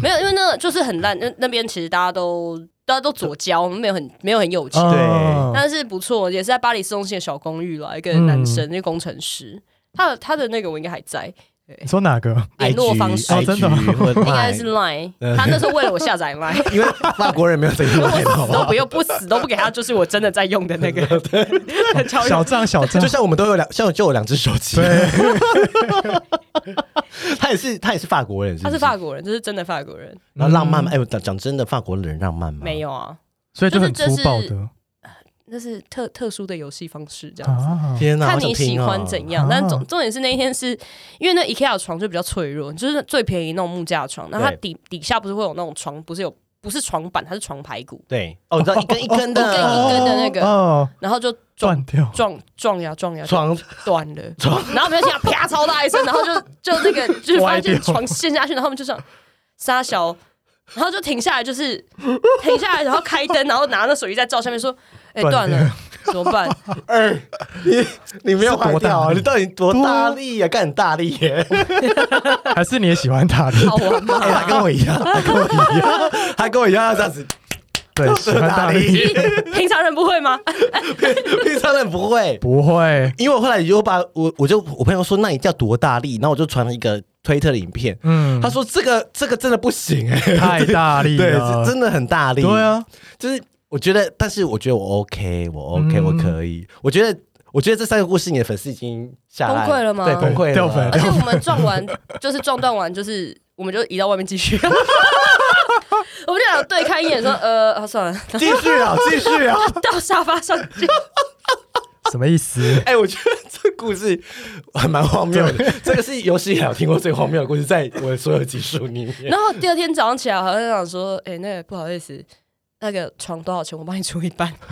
Speaker 4: 没有，因为那就是很烂，那那边其实大家都大家都左交，没有很没有很有钱。
Speaker 1: 嗯
Speaker 2: 对
Speaker 4: 但是不错，也是在巴黎市中心的小公寓啦，一个男生，
Speaker 1: 嗯
Speaker 4: 一个工程师，他的他的那个我应该还在，
Speaker 1: 你说哪 个？
Speaker 4: 联络方式
Speaker 2: IG
Speaker 1: 哦真的
Speaker 2: IG 或
Speaker 4: 应该是
Speaker 2: Line
Speaker 4: Line，他
Speaker 1: 嗯
Speaker 4: 那时候为了我下 载 Line，
Speaker 2: 因为法国人没有这个 Line，好
Speaker 4: 我
Speaker 2: 不
Speaker 4: 死都
Speaker 2: 好
Speaker 4: 不用不死都不给他，就是我真的在用的那个 交
Speaker 1: 小
Speaker 4: 友
Speaker 1: 账小账
Speaker 2: 就，像我们都有两，像我就有两只手机。
Speaker 1: 对，
Speaker 2: 他也是他也是法国人，
Speaker 4: 他
Speaker 2: 不
Speaker 4: 是法国人，这是真的法国人，
Speaker 1: 嗯
Speaker 2: 然后浪漫吗？哎、我讲讲真的，法国人浪漫吗？
Speaker 4: 没，有啊，
Speaker 1: 所以就很粗暴
Speaker 4: 就是这
Speaker 1: 的
Speaker 4: 那是特特殊的游戏方式这样子。
Speaker 1: 啊。
Speaker 2: 天哪，
Speaker 4: 看
Speaker 2: 好想
Speaker 4: 你喜
Speaker 2: 听哦
Speaker 4: 欢怎样，
Speaker 1: 啊
Speaker 4: 但总重点是那一天是因为那 IKEA 的床就比较脆弱，就是最便宜那种木架床，然后它
Speaker 2: 对
Speaker 4: 底底下不是会有那种床，不是有不是床板，它是床排骨，
Speaker 2: 对，哦，你知道一根一根的，
Speaker 4: 一根一根的那个
Speaker 1: 哦，
Speaker 4: 然后就撞
Speaker 1: 断 掉，
Speaker 4: 撞撞呀撞呀，
Speaker 2: 床
Speaker 4: 断了，然后没有听到啪超大一声，然后就就那 个就是发
Speaker 1: 歪掉
Speaker 4: 现床陷下去，然后他们就想撒小，然后就停下来，就是停下来，然后开灯，然后拿那手机在照下面说：“哎、
Speaker 1: 断
Speaker 4: 断
Speaker 1: 掉
Speaker 4: 了，怎么 办
Speaker 2: 二，你你没有
Speaker 1: 是多
Speaker 2: 坏掉
Speaker 1: 大
Speaker 2: 啊？
Speaker 1: 力
Speaker 2: 你到底多大力呀、啊？干很大力耶、
Speaker 1: 还是你也喜欢他的？”？
Speaker 4: 好玩吗？
Speaker 2: 他跟我一样，他跟我一样，他跟我一样这样子，
Speaker 1: 对，喜欢大力，
Speaker 4: 咦平常人不会吗？
Speaker 2: 平常人不会。
Speaker 1: 不会，
Speaker 2: 因为我后来又把我我就我朋友说，那你叫多大力？然后我就传了一个推特的影片，
Speaker 1: 嗯，
Speaker 2: 他说这个这个真的不行哎、
Speaker 1: 太大力
Speaker 2: 对，
Speaker 1: 了，
Speaker 2: 是真的很大力。
Speaker 1: 对，啊，
Speaker 2: 就是我觉得，但是我觉得我 OK，我 OK，、
Speaker 1: 嗯
Speaker 2: 我可以。我觉得，我觉得这三个故事，你的粉丝已经下来
Speaker 4: 崩溃了吗
Speaker 2: 对，崩溃了，
Speaker 1: 掉粉
Speaker 4: 而且我们撞完，就是撞断完，就是我们就移到外面继续。 我们就想对看一眼，说：“呃，啊、算了，
Speaker 2: 继续啊，继续啊！
Speaker 4: 到沙发上去。
Speaker 1: 什么意思？
Speaker 2: 哎、我觉得这故事还蛮荒谬的。 这个是有史以来我听过最荒谬的故事，在我的所有集数里”面。
Speaker 4: 然后第二天早上起来，好像想说：“哎、那个不好意思，那个床多少钱？我帮你出一半。”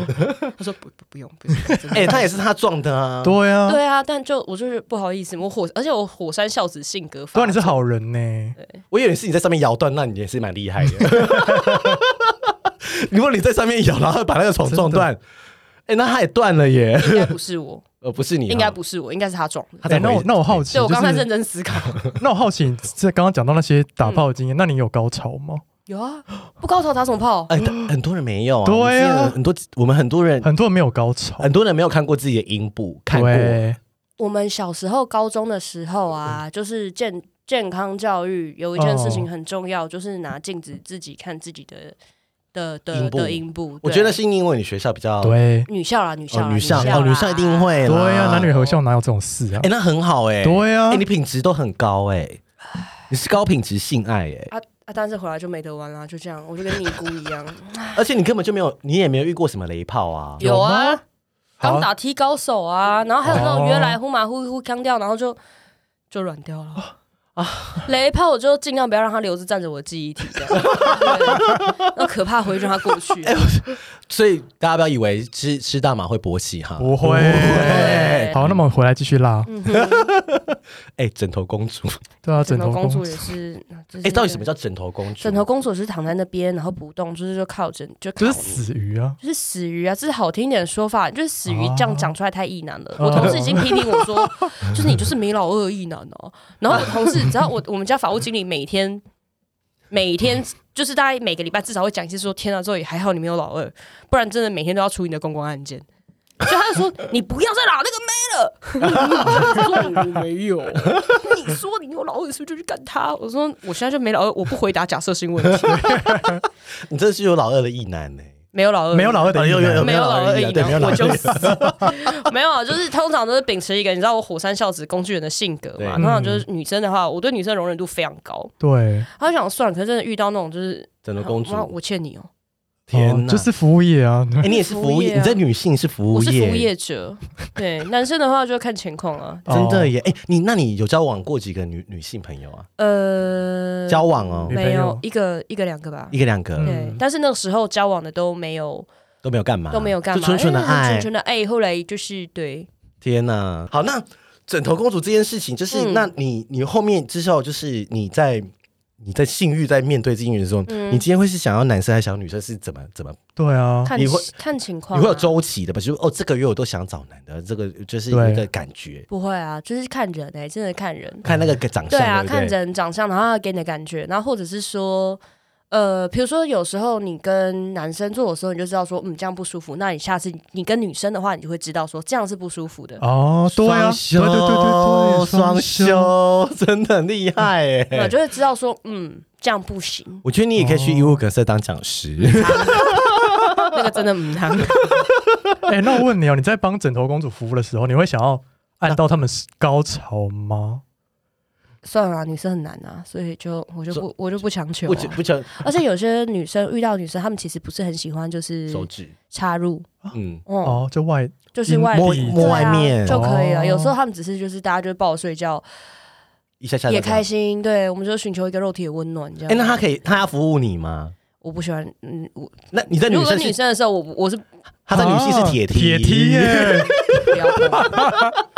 Speaker 4: 他说：“不不不用，不用。 真的
Speaker 2: 哎、他也是他撞的啊。
Speaker 1: 对啊，
Speaker 4: 对啊，但就我就是不好意思，我火，而且我火山孝子性格
Speaker 1: 对
Speaker 4: 发
Speaker 1: 啊，你是
Speaker 4: 作，
Speaker 1: 好人呢。
Speaker 2: 我以为是你在上面摇断，那你也是蛮厉害的。 如果你在上面摇，然后把那个床撞断，哎、那他也断了耶。
Speaker 4: 应该不是 我，
Speaker 2: 呃，不是你、
Speaker 4: 应该。不是我，应该是他撞的。
Speaker 2: 他
Speaker 1: 哎，
Speaker 2: 在
Speaker 1: 那我那我好奇，
Speaker 4: 所以我刚才
Speaker 1: 就是
Speaker 4: 认真 思考，
Speaker 1: 那我好奇，这刚刚讲到那些打炮的经验，那你有高潮吗？
Speaker 4: 有啊，不高潮打什么炮？
Speaker 2: 哎、但很多人没有啊。
Speaker 1: 对啊
Speaker 2: 我们之前很多我们很多人
Speaker 1: 很多人没有高潮，
Speaker 2: 很多人没有看过自己的阴部，呃看过。
Speaker 1: 对，
Speaker 4: 我们小时候、高中的时候啊，就是健健康教育有一件事情很重要，就是拿镜子自己看自己的的的
Speaker 2: 阴部
Speaker 4: 的阴部。
Speaker 2: 我
Speaker 4: 对
Speaker 2: 觉得是因为你学校比较
Speaker 1: 对，
Speaker 4: 女校啦，女校
Speaker 2: 哦
Speaker 4: 啦，
Speaker 2: 女校
Speaker 4: 啦
Speaker 2: 哦女校一定。会啦
Speaker 1: 对啊，男女合校哪有这种事啊
Speaker 2: 哎、？那很好哎、
Speaker 1: 对啊
Speaker 2: 哎、，你品质都很高哎、你是高品质性爱哎、
Speaker 4: 啊啊！但是回来就没得玩啦，就这样，我就跟尼姑一样。
Speaker 2: 而且你根本就没有，你也没有遇过什么雷炮啊。
Speaker 4: 有
Speaker 1: 有
Speaker 4: 啊，
Speaker 1: 好
Speaker 4: 刚打踢高手啊，然后还有那
Speaker 1: 哦
Speaker 4: 种约来呼马呼呼腔掉，然后就就软掉了啊。 雷炮我就尽量不要让它留着占着我的记忆体， 这样对那可怕回忆让它过去。
Speaker 2: 哎所以大家不要以为吃吃大麻会勃起哈。
Speaker 1: 不会。
Speaker 4: 对
Speaker 1: 好，那么回来继续拉。
Speaker 4: 嗯
Speaker 2: 哎、枕头公主，
Speaker 1: 对啊，枕
Speaker 4: 哎枕
Speaker 1: 头
Speaker 4: 头
Speaker 1: 公
Speaker 4: 公主
Speaker 1: 主
Speaker 4: 也是，哎
Speaker 2: 哎、到底什么叫枕头公主？
Speaker 4: 枕头公主是躺在那边，然后不动，就是就靠枕，就靠
Speaker 1: 就
Speaker 4: 你
Speaker 1: 是死鱼啊，
Speaker 4: 就是死鱼啊，这是好听一点的说法，就是死鱼这样讲出来太意难了。
Speaker 1: 哦
Speaker 4: 我同事已经批评我 说，就是你就是没老二意难哦。然后我同事，只要我我们家法务经理每天每天就是大概每个礼拜至少会讲一次说，天啊，这也还好你没有老二，不然真的每天都要处理你的公关案件。就他就说你不要再拿那个妹了，我说我没有，你说你有老二，是不是就去干他？我说我现在就没老二，我不回答假设性 问题，
Speaker 2: 你真是有老二的意男哎呢、
Speaker 4: 没有老二，
Speaker 1: 没有老二的意
Speaker 2: 呃有
Speaker 1: 男
Speaker 2: 有
Speaker 4: 没有老二
Speaker 2: 二
Speaker 4: 意
Speaker 2: 男，对，没有老
Speaker 4: 男，我
Speaker 2: 二
Speaker 4: 就
Speaker 2: 意
Speaker 4: 死。 没有，啊，就是通常都是秉持一个你知道我火山孝子工具人的性格
Speaker 2: 对
Speaker 4: 嘛。通常就是女生的话，我对女生容忍度非常高。
Speaker 1: 对，
Speaker 4: 他就想算了，可是真的遇到那种就是
Speaker 2: 整个公主
Speaker 4: 妈，我欠你哦，
Speaker 2: 天
Speaker 1: 哦
Speaker 2: 哪！
Speaker 1: 就是服务业啊，
Speaker 2: 哎，你也是服务
Speaker 4: 服务业
Speaker 2: 业，
Speaker 4: 啊
Speaker 2: 你这女性是服
Speaker 4: 我
Speaker 2: 务
Speaker 4: 是
Speaker 2: 业，
Speaker 4: 服务业者。对，男生的话就看情况啊。
Speaker 1: 哦
Speaker 2: 真的耶！哎，你那你有交往过几个女女性朋友啊？
Speaker 4: 呃，
Speaker 2: 交往哦，
Speaker 1: 女朋
Speaker 4: 没
Speaker 1: 友
Speaker 4: 有一个一个两个吧
Speaker 2: 一。个两个
Speaker 1: 嗯
Speaker 4: 对，但是那个时候交往的都没有
Speaker 2: 都没有干嘛，
Speaker 4: 都没有干嘛，
Speaker 2: 啊就纯纯的
Speaker 4: 因为很
Speaker 2: 爱
Speaker 4: 纯。纯的爱。后来就是对，
Speaker 2: 天哪！好，那枕头公主这件事情，就是、
Speaker 4: 嗯
Speaker 2: 那你你后面之后，就是你在你在性欲在面对这件事的时候，
Speaker 4: 嗯
Speaker 2: 你今天会是想要男生还是想要女生，是怎么怎么？
Speaker 1: 对啊，
Speaker 4: 看
Speaker 2: 你会
Speaker 4: 看情况
Speaker 2: 你
Speaker 4: 啊。
Speaker 2: 会有周期的吧？就是哦，这个月我都想找男的，这个就是
Speaker 1: 对
Speaker 2: 一个感觉，
Speaker 4: 不会啊，就是看人哎，真的看人。
Speaker 2: 看那个长相，
Speaker 4: 对啊，
Speaker 2: 不
Speaker 4: 看人长相，然后他给你的感觉，然后或者是说，呃，比如说有时候你跟男生做的时候，你就知道说，嗯，这样不舒服。那你下次你跟女生的话，你就会知道说这样是不舒服的。
Speaker 1: 哦，对啊，
Speaker 2: 双
Speaker 1: 对
Speaker 2: 休，
Speaker 1: 对对对对，
Speaker 2: 双
Speaker 1: 休，
Speaker 2: 休，真的很厉害
Speaker 4: 我
Speaker 2: 哎！
Speaker 4: 就会知道说，嗯，这样不行，
Speaker 2: 我觉得你也可以去
Speaker 1: 哦
Speaker 2: 医务格社当讲师，
Speaker 4: 那个真的唔汤。
Speaker 1: 哎，那我问你哦，你在帮枕头公主服务的时候，你会想要按到他们高潮吗？
Speaker 4: 算了啦，女生很难啊，所以就我就不我就不强求
Speaker 2: 不
Speaker 4: 啊、
Speaker 2: 不讲
Speaker 4: 而且有些女生遇到女生，她们其实不是很喜欢，就是
Speaker 2: 手指，
Speaker 4: 插入，
Speaker 2: 嗯，
Speaker 4: 嗯哦、
Speaker 1: 哦，就外
Speaker 4: 就是外
Speaker 2: 摸
Speaker 4: 对啊
Speaker 2: 摸外面
Speaker 4: 就可以了。啊
Speaker 1: 哦
Speaker 4: 有时候她们只是就是大家就抱着睡觉，
Speaker 2: 一下下
Speaker 4: 也
Speaker 2: 就这
Speaker 4: 开
Speaker 2: 样。
Speaker 4: 心，对，我们就寻求一个肉体的温暖这样。
Speaker 2: 哎，那他可以，他要服务你吗？
Speaker 4: 我不喜欢，嗯，我
Speaker 2: 那你在女
Speaker 4: 如果
Speaker 2: 生
Speaker 4: 是女
Speaker 2: 是，
Speaker 4: 生的时候，我不我是不
Speaker 2: 他在女性是铁
Speaker 1: 啊
Speaker 2: 啊梯，
Speaker 1: 铁梯耶，
Speaker 4: 要碰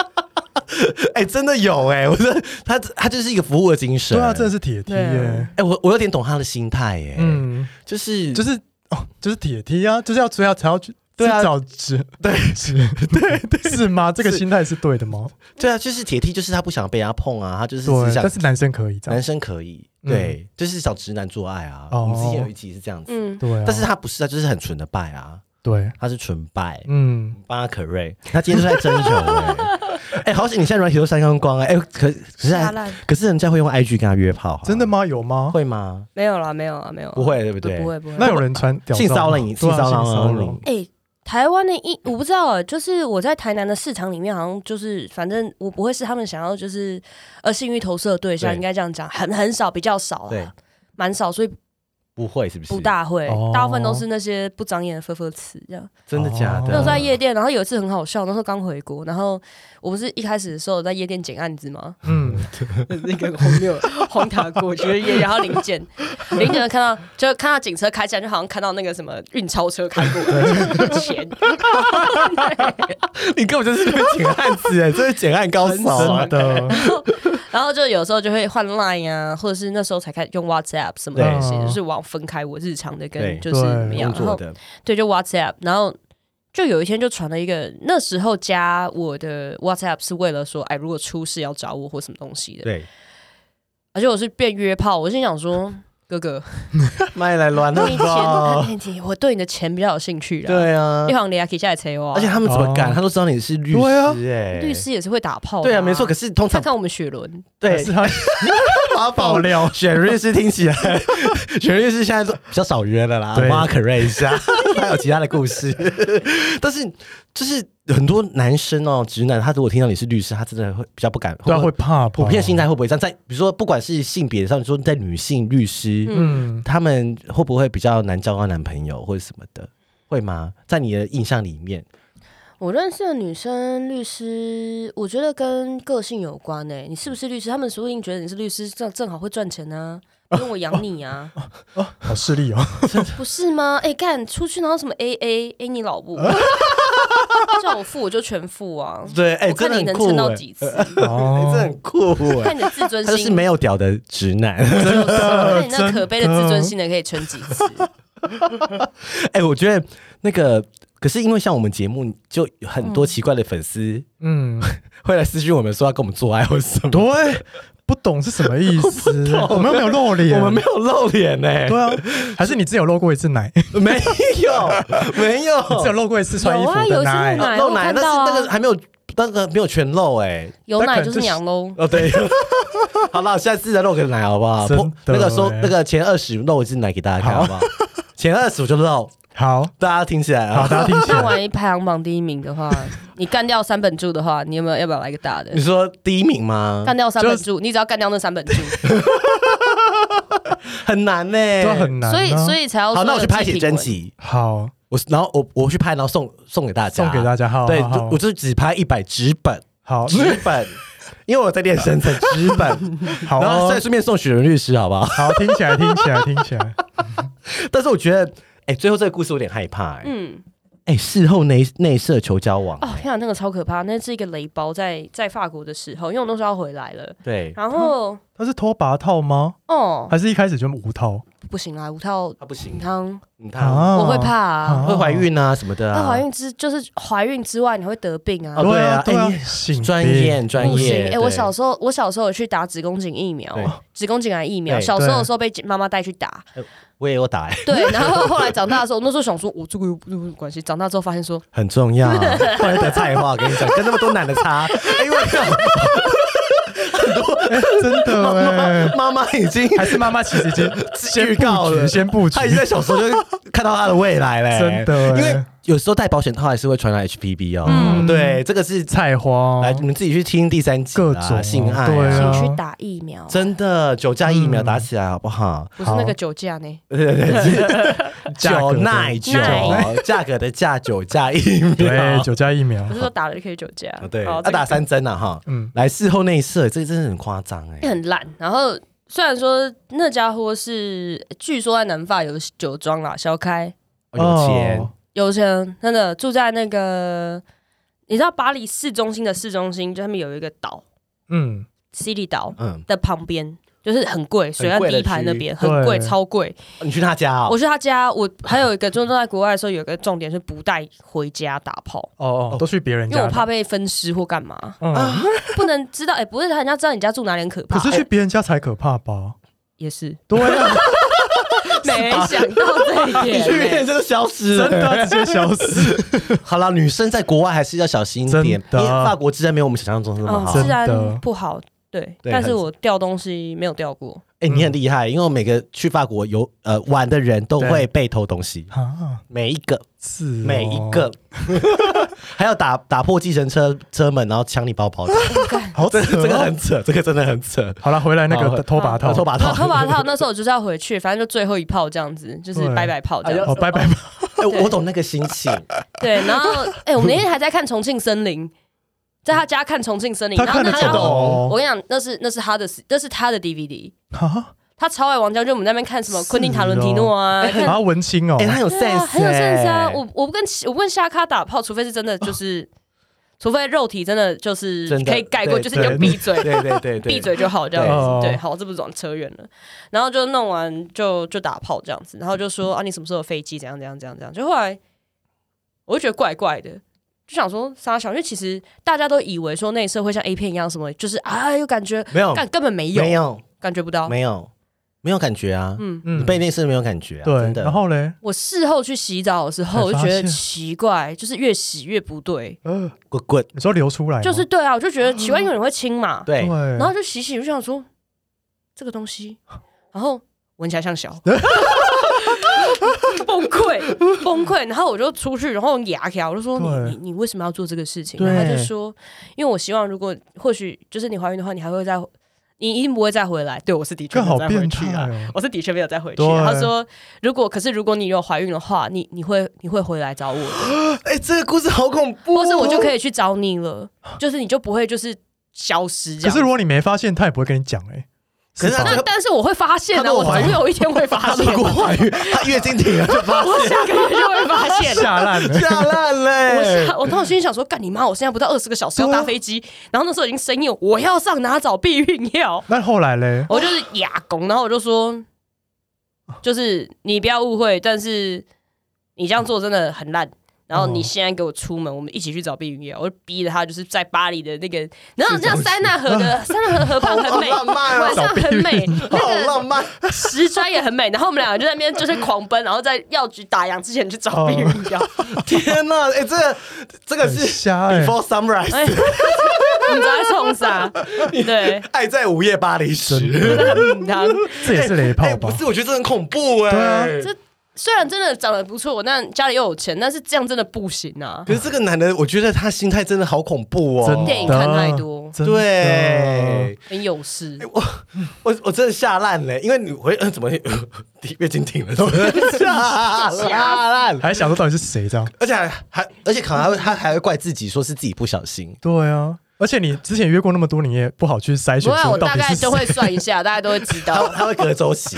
Speaker 2: 哎、真的有哎、我说他他就是一个服务的精神，
Speaker 1: 对啊，真的是铁梯耶，
Speaker 2: 哎、我我有点懂他的心态哎、
Speaker 1: 嗯，
Speaker 2: 就是
Speaker 1: 就是哦，就是铁梯啊，就是要追要才要去。
Speaker 2: 对啊
Speaker 1: 去找直对直对对是吗？这个心态是对的吗？
Speaker 2: 对啊，就是铁梯，就是他不想被人家碰啊，他就是只
Speaker 1: 对，
Speaker 2: 想
Speaker 1: 但是男生可以这
Speaker 2: 男
Speaker 1: 样，
Speaker 2: 生可以，
Speaker 1: 嗯
Speaker 2: 对，就是找直男做爱啊。
Speaker 1: 哦
Speaker 2: 我们之前有一集是这样子，
Speaker 4: 嗯，
Speaker 1: 对啊，
Speaker 2: 但是他不是啊，就是很纯的拜啊，
Speaker 1: 对，
Speaker 2: 他是纯拜。
Speaker 1: 嗯，
Speaker 2: 帮他 可瑞，他今天就是在征求哎、哎、好险！你现在软体都删光光哎、哎、可可是
Speaker 4: 下
Speaker 2: 还
Speaker 4: 烂
Speaker 2: 可是人家会用 IG 跟他约炮，
Speaker 1: 真的？吗？有吗？
Speaker 2: 会吗？
Speaker 4: 没有啦，没有啦，没有啦，
Speaker 2: 不会，对不
Speaker 4: 不
Speaker 2: 对？
Speaker 4: 不会不会。
Speaker 1: 那有人传屌照吗
Speaker 2: 性骚扰你
Speaker 1: 对啊
Speaker 2: 性骚扰
Speaker 1: 性骚扰
Speaker 2: 你
Speaker 4: 哎、台湾的一我不知道啊、就是我在台南的市场里面，好像就是反正我不会是他们想要就是呃性欲投射的对象，
Speaker 2: 对
Speaker 4: 应该这样讲，很很少，比较少
Speaker 2: 对
Speaker 4: 啦，蛮少，所以
Speaker 2: 不会是不是？
Speaker 4: 不大会，
Speaker 1: 哦
Speaker 4: 大部分都是那些不长眼的呵呵词这样。
Speaker 2: 真的假
Speaker 1: 哦
Speaker 2: 的？
Speaker 4: 那时候在夜店，然后有一次很好笑，那时候刚回国，然后我不是一开始的时候在夜店捡案子吗？
Speaker 1: 嗯，
Speaker 4: 那个荒谬荒唐过去，就是夜店然后临 检，临检就看到就看到警车开起来，就好像看到那个什么运钞车开过的 钱，
Speaker 2: 你根本就是个捡案子哎，这是捡案高手啊
Speaker 1: 真！的，
Speaker 4: 然后就有时候就会换 Line 啊，或者是那时候才开始用 WhatsApp 什么
Speaker 2: 对
Speaker 4: 东西，就是我要分开我日常的
Speaker 2: 对
Speaker 4: 跟就是怎么样，
Speaker 2: 工作
Speaker 4: 然后
Speaker 2: 的，
Speaker 4: 对，就 WhatsApp，然后就有一天就传了一个，那时候加我的 WhatsApp 是为了说，哎，如果出事要找我或什么东西的，
Speaker 2: 对，
Speaker 4: 而且我是变约炮，我心想说。哥哥，
Speaker 2: 卖来乱
Speaker 4: 你钱，
Speaker 2: 了
Speaker 4: 你我对你的钱比较有兴趣啦。，
Speaker 2: 对啊
Speaker 4: 一，行你还可以下来催我啊。
Speaker 2: 而且他们怎么敢？
Speaker 1: 哦
Speaker 2: 他都知道你是律
Speaker 1: 对啊
Speaker 2: 师哎，
Speaker 4: 律。师也是会打炮的。
Speaker 2: 对啊，没错。可是通
Speaker 4: 看
Speaker 2: 常
Speaker 4: 看我们雪伦，
Speaker 1: 还
Speaker 2: 对
Speaker 1: 是他
Speaker 2: 挖
Speaker 1: 爆料
Speaker 2: 选律师听起来， 选律师现在都比较少约了啦，
Speaker 1: 对
Speaker 2: 挖可瑞一下， 还有其他的故事。但是就是很多男生哦，直男，他如果听到你是律师，他真的会比较不敢，
Speaker 1: 对啊
Speaker 2: 不
Speaker 1: 会怕吧
Speaker 2: 普遍心态会不会这样？在比如说，不管是性别上，说在女性律师，
Speaker 1: 嗯，
Speaker 2: 他们会不会比较难交到男朋友或者什么的？会吗？在你的印象里面，
Speaker 4: 我认识的女生律师，我觉得跟个性有关诶、你是不是律师？他们说不定觉得你是律师，正正好会赚钱 呢、不用我养你啊，
Speaker 1: 好势利哦，
Speaker 4: 不是吗？哎、干出去然后什么 A A A 你 老母，叫我付我就全付啊。
Speaker 2: 对，哎、
Speaker 4: 我
Speaker 2: 真的
Speaker 4: 看
Speaker 2: 很
Speaker 4: 你能
Speaker 2: 酷、
Speaker 4: 撑到
Speaker 2: 哎，
Speaker 4: 几次，
Speaker 2: 哎，这
Speaker 1: 哦，
Speaker 2: 很酷、哎，
Speaker 4: 看你的自 尊
Speaker 2: 他就是
Speaker 4: 心，
Speaker 2: 没有屌的直男。
Speaker 4: 就是看你那可悲的
Speaker 1: 真的
Speaker 4: 自尊心能可以撑几次。
Speaker 2: 哎、我觉得那个，可是因为像我们节目，就有很多奇怪的粉丝
Speaker 1: 嗯，
Speaker 2: 会来私讯我们说要跟我们做爱或什么，
Speaker 1: 对，不懂是什么意 思，我们又没有露脸，
Speaker 2: 我们没有露脸呢、
Speaker 1: 对啊， 还是你之前有露过一次奶，你
Speaker 2: 没有，没有，哦
Speaker 1: 只有露过一次穿衣服
Speaker 4: 有啊有
Speaker 1: 的
Speaker 4: 一次露
Speaker 1: 奶
Speaker 4: 奶，
Speaker 2: 露奶，
Speaker 4: 我看
Speaker 2: 但
Speaker 4: 到啊
Speaker 2: 是那个还没有。那个没有全漏哎、
Speaker 4: 有
Speaker 1: 那可
Speaker 4: 奶
Speaker 1: 能
Speaker 4: 就是
Speaker 1: 就是
Speaker 4: 娘喽。
Speaker 2: 哦，对， 好了，下次再露个奶好不好？
Speaker 1: 真的
Speaker 2: 破那个时候
Speaker 1: 欸
Speaker 2: 那个前二十露一次奶给大家看好不好？前二十我就露，
Speaker 1: 好
Speaker 2: 大家听起来
Speaker 1: 好，
Speaker 2: 啊。
Speaker 1: 大家听起
Speaker 4: 那
Speaker 1: 来。
Speaker 4: 万一排行榜第一名的话，你干掉三本柱的话，你有没有要不要来个大的
Speaker 2: 你？说第一名吗？
Speaker 4: 干掉三
Speaker 1: 就
Speaker 4: 本柱，你只要干掉那三本柱，
Speaker 2: 很难呢、
Speaker 1: 这很难、啊，
Speaker 4: 所以所以才要
Speaker 2: 好，
Speaker 4: 说
Speaker 2: 那我去
Speaker 4: 有
Speaker 2: 拍
Speaker 4: 祭
Speaker 2: 写
Speaker 4: 品
Speaker 2: 真
Speaker 4: 文。
Speaker 2: 集，
Speaker 1: 好
Speaker 2: 我然后我我去拍，然后送送给大家，
Speaker 1: 送给大家，好，
Speaker 2: 对，
Speaker 1: 好好
Speaker 2: 就我就只拍一百纸本，
Speaker 1: 好
Speaker 2: 纸 本，因为我在练身材，纸本，
Speaker 1: 好
Speaker 2: 然后
Speaker 1: 哦
Speaker 2: 再顺便送许伦律师，好 不好？
Speaker 1: 好，听起来听起来听起来，
Speaker 2: 但是我觉得，哎、最后这个故事我有点害怕、哎、
Speaker 4: 嗯，
Speaker 2: 哎、事后内内射求交往，
Speaker 4: 哦天啊，那个超可怕，那是一个雷包在，在法国的时候，因为我那时候要回来了，
Speaker 2: 对，
Speaker 4: 然后
Speaker 1: 他是拖拔套吗？
Speaker 2: 嗯
Speaker 4: 哦
Speaker 1: 还是一开始就无套
Speaker 4: 不行啊啦，五套
Speaker 2: 他不
Speaker 4: 母
Speaker 2: 行，
Speaker 4: 汤
Speaker 2: 你看、
Speaker 1: 啊？
Speaker 4: 我会怕啊，
Speaker 1: 啊
Speaker 2: 嗯会怀孕啊什么的、啊，
Speaker 4: 那怀孕之就是怀孕之外，你会得病啊
Speaker 2: 哦，
Speaker 1: 对啊，
Speaker 2: 对
Speaker 1: 对
Speaker 2: 啊
Speaker 1: 啊
Speaker 2: 哎，
Speaker 1: 性
Speaker 2: 专
Speaker 1: 病
Speaker 2: 业专
Speaker 4: 不行
Speaker 2: 业，，
Speaker 4: 哎，我小
Speaker 2: 时
Speaker 4: 时候我小时候有去打子宫颈疫苗
Speaker 2: 对，
Speaker 4: 子宫颈癌疫苗，
Speaker 2: 对
Speaker 4: 小时候
Speaker 1: 对
Speaker 4: 的时候被妈妈带去打，
Speaker 2: 我也有打、哎，
Speaker 4: 对，然后后来长大的时候，我那时候想说，我这个有有关系，长大之后发现说，
Speaker 2: 很重要、 啊，不然得菜花，我跟你讲，跟那么多男 的差，哎因为
Speaker 1: 真的 哎、
Speaker 2: 妈妈已经
Speaker 1: 还是妈妈其实已经先
Speaker 2: 预告
Speaker 1: 布
Speaker 2: 了
Speaker 1: 局，先布局
Speaker 2: 他已，经在小时候就看到他的未来嘞，
Speaker 1: 真的
Speaker 2: 因为
Speaker 1: 欸
Speaker 2: 有时候戴保险套还是会传染 HPV 哦。
Speaker 4: 嗯
Speaker 2: 对，这个是
Speaker 1: 菜花哦
Speaker 2: 来你们自己去听第三集啦
Speaker 1: 各种啊
Speaker 2: 性爱、
Speaker 1: 对啊
Speaker 4: 请去打疫苗，
Speaker 2: 真的酒驾疫苗打起来好不好？
Speaker 4: 不是那
Speaker 1: 好
Speaker 4: 个酒 驾呢，
Speaker 2: 对对对，是
Speaker 1: 嗯价
Speaker 2: 酒
Speaker 1: 格的
Speaker 2: 耐酒
Speaker 4: 耐，
Speaker 2: 价格的价，酒驾疫
Speaker 1: 对
Speaker 2: 苗。
Speaker 1: 酒加疫苗
Speaker 4: 不，是说打了就可以酒驾哦
Speaker 2: 啊，对，
Speaker 4: 好
Speaker 2: 要
Speaker 4: 这个
Speaker 2: 打三针啊哈。
Speaker 1: 嗯，
Speaker 2: 来事后内射，这个真的很夸张哎。
Speaker 4: 很烂。然后虽然说那家伙是据说在南法有酒庄啦，小开
Speaker 2: 哦有钱
Speaker 1: 哦，
Speaker 4: 有钱人真的住在那个，你知道巴黎市中心的市中心，就他们有一个岛
Speaker 1: 嗯，
Speaker 4: ，City 岛
Speaker 2: 嗯，
Speaker 4: 的旁边。就是很贵，水岸
Speaker 2: 贵的
Speaker 4: 第一排那
Speaker 2: 区
Speaker 4: 边很贵，
Speaker 1: 对
Speaker 4: 超贵。
Speaker 2: 你去他家
Speaker 4: 我
Speaker 2: 哦。
Speaker 4: 去他家，我还有一个，就是在国外的时候，有一个重点是不带回家打炮，
Speaker 1: 哦哦，都去别人
Speaker 4: 因
Speaker 1: 家，
Speaker 4: 为我怕，被分尸或干嘛，
Speaker 1: 嗯，
Speaker 4: 不能知道。哎、不是人家知道你家住哪里很可怕。
Speaker 1: 可是
Speaker 4: 哎
Speaker 1: 去别人家才可怕吧？
Speaker 4: 也是，
Speaker 1: 哦对啊，
Speaker 4: 没想到这
Speaker 2: 你
Speaker 4: 一 点、
Speaker 2: 去
Speaker 4: 哎
Speaker 2: 面真的消失了
Speaker 1: 真，的直接消失，
Speaker 2: 好啦，女生在国外还是要小心一点，因
Speaker 1: 真
Speaker 2: 为
Speaker 1: 的
Speaker 2: 法国治安没有我们想象中那么
Speaker 4: 嗯，
Speaker 2: 好。
Speaker 1: 真
Speaker 4: 自然
Speaker 1: 的
Speaker 4: 不好，对，
Speaker 2: 对
Speaker 4: 但是
Speaker 2: 很
Speaker 4: 我掉东西没有掉过，
Speaker 2: 哎、你很厉害，因为我每个去法国游呃玩的人都会被偷东西，
Speaker 1: 啊，
Speaker 2: 嗯每一个
Speaker 1: 是哦
Speaker 2: 每一个， 还有打打破计程车车门，然后抢你包包的，
Speaker 1: 好扯
Speaker 2: 这
Speaker 1: 哦，
Speaker 2: 这个很扯，这个真的很扯。
Speaker 1: 好了，回来那
Speaker 2: 好
Speaker 1: 个拖把套，
Speaker 2: 偷把
Speaker 4: 好
Speaker 2: 套，
Speaker 4: 喝完套那时候我就是要回去，反正就最后一炮这样 子，就是
Speaker 1: 对
Speaker 4: 拜拜炮这样
Speaker 1: 哦，
Speaker 4: 子。
Speaker 1: 拜拜，
Speaker 2: 哎我懂那个心 情，
Speaker 4: 对，然后哎，我那天还在看《重庆森林》，在他家看《重庆森林
Speaker 1: 他》，
Speaker 4: 然后
Speaker 1: 看得
Speaker 4: 然
Speaker 1: 懂
Speaker 4: 后
Speaker 1: 哦，
Speaker 4: 我跟你讲，那是那是他的，那是他的 DVD。
Speaker 1: 啊，
Speaker 4: 他超爱王家军，我们在那边看什么
Speaker 1: 是
Speaker 4: 昆汀塔伦提 诺啊，看
Speaker 1: 然后文青哦
Speaker 2: 哎、，他有
Speaker 4: 对啊
Speaker 2: 哦 sense，
Speaker 4: 很有
Speaker 2: 哎
Speaker 4: sense 啊。我我不跟我不跟瞎咖打炮，除非是真的就是，除非肉体真的就是
Speaker 2: 啊真的
Speaker 4: 可以盖过，
Speaker 2: 对
Speaker 4: 就是你就
Speaker 1: 对
Speaker 4: 闭嘴，
Speaker 2: 对对对对， 哦
Speaker 4: 闭嘴就好这样子。
Speaker 1: 对
Speaker 4: 对，好，这不是往扯远了。然后就弄完就就打炮这样子，然后就说啊，你什么时候有飞机？怎样怎样怎样怎样？就后来我就觉得怪怪的。就想说傻小，因为其实大家都以为说内射会像 A 片一样什么，就是啊有感觉，
Speaker 2: 没
Speaker 1: 哦
Speaker 2: 有
Speaker 4: 但根本没有，
Speaker 2: 没有
Speaker 4: 感觉不到。
Speaker 2: 没有没有感觉啊，
Speaker 4: 嗯，
Speaker 1: 嗯
Speaker 2: 你被那次没有感觉啊，
Speaker 1: 对
Speaker 2: 真，的。
Speaker 1: 然后嘞，
Speaker 4: 我事后去洗澡的时候，
Speaker 1: 才
Speaker 4: 我就觉
Speaker 1: 发
Speaker 4: 得
Speaker 1: 现
Speaker 4: 奇怪，就是越洗越不对，
Speaker 1: 呃，
Speaker 2: 滚滚，
Speaker 1: 你说流出来吗，哦
Speaker 4: 就是对啊，我就觉得奇怪，因为你会亲嘛，
Speaker 2: 对
Speaker 1: 哎对，，
Speaker 4: 然后就洗洗，我就想说这个 东西，然后闻起来像小，崩溃崩溃，然后我就出去，然后牙起来，我就说
Speaker 1: 对
Speaker 4: 你你你为什么要做这个事情？
Speaker 1: 对
Speaker 4: 然后他就说，因为我希望如果或许就是你怀孕的话，你还会再，你一定不会再回来。对我是的确
Speaker 1: 这
Speaker 4: 没有
Speaker 1: 好
Speaker 4: 再回
Speaker 1: 变
Speaker 4: 去
Speaker 1: 态
Speaker 4: 啊。
Speaker 1: 哦，
Speaker 4: 我是的确没有再回去。
Speaker 1: 对
Speaker 4: 他说，如果可是如果你有怀孕的话，你你会你会回来找我的，
Speaker 2: 哎、这个故事好恐怖、哦
Speaker 4: 或是我就
Speaker 2: 以。
Speaker 4: 可以去找你了，就是你就不会就是消失这
Speaker 1: 可
Speaker 4: 样
Speaker 1: 是。如果你没发现，他也不会跟你讲哎，
Speaker 2: 可是他
Speaker 1: 吧
Speaker 4: 那但是我会发现
Speaker 2: 他
Speaker 4: 的，
Speaker 2: 如
Speaker 4: 我
Speaker 2: 果怀
Speaker 4: 总
Speaker 2: 孕
Speaker 4: 有一天会发
Speaker 2: 她
Speaker 4: 现啊
Speaker 2: 如，果怀 孕，她月经停了就发
Speaker 4: 我下个月就会发现。啊
Speaker 1: 吓欸烂了，
Speaker 2: 下哎烂
Speaker 4: 我
Speaker 2: 嘞、
Speaker 4: 下我当时心里想说，干你妈！我现在不到二十个小时要
Speaker 1: 啊
Speaker 4: 搭飞机，然后那时候已经深夜，我要上哪找避孕药？
Speaker 1: 那后来嘞，
Speaker 4: 我就是哑拱，然后我就说，就是你不要误会，但是你这样做真的很烂。然后
Speaker 2: 哦
Speaker 4: 你现在给我出门，我们一起去找碧云夜，啊我就逼着他就是在巴黎的那个，然后你知道塞纳河的塞纳河河畔很美，
Speaker 2: 啊 好浪漫哦
Speaker 4: 晚上很美，
Speaker 2: 好浪漫，
Speaker 4: 石砖也很美，然后我们两个就在那边就是狂奔，然后在药局打烊之前去找避孕药。
Speaker 2: 哦 天哪！哎、这个这个
Speaker 1: 很
Speaker 2: 是
Speaker 1: 瞎哎、
Speaker 2: Before Sunrise，、
Speaker 4: 哎，你知道在冲啥？对，
Speaker 2: 爱在午夜巴黎时。
Speaker 4: 很平常。
Speaker 1: 这也是雷炮
Speaker 2: 哎、
Speaker 1: 吧
Speaker 2: 不？是，我觉得这很恐怖哎、
Speaker 1: 对啊
Speaker 4: 这虽然真的长得不错，但家里又有钱，但是这样真的不行啊！
Speaker 2: 可是这个男的，我觉得他心态真的好恐怖哦。
Speaker 1: 真的
Speaker 4: 电影看太多
Speaker 1: 真的
Speaker 2: 对，
Speaker 4: 很有事，
Speaker 2: 我我真的吓烂了，因为你回、呃、怎么 月经停了， 吓烂了，
Speaker 1: 还想说到底是谁这样？
Speaker 2: 而且还还而且可能还会他还会怪自己，说是自己不小心。
Speaker 1: 对啊，而且你之前约过那么多，你也不好去筛
Speaker 4: 不
Speaker 1: 选
Speaker 4: 会啊，
Speaker 1: 出
Speaker 4: 我
Speaker 1: 到
Speaker 4: 大
Speaker 1: 底
Speaker 4: 概
Speaker 1: 是谁
Speaker 4: 都会算一下，大家都会知
Speaker 2: 他
Speaker 4: 道。
Speaker 2: 他会隔周洗，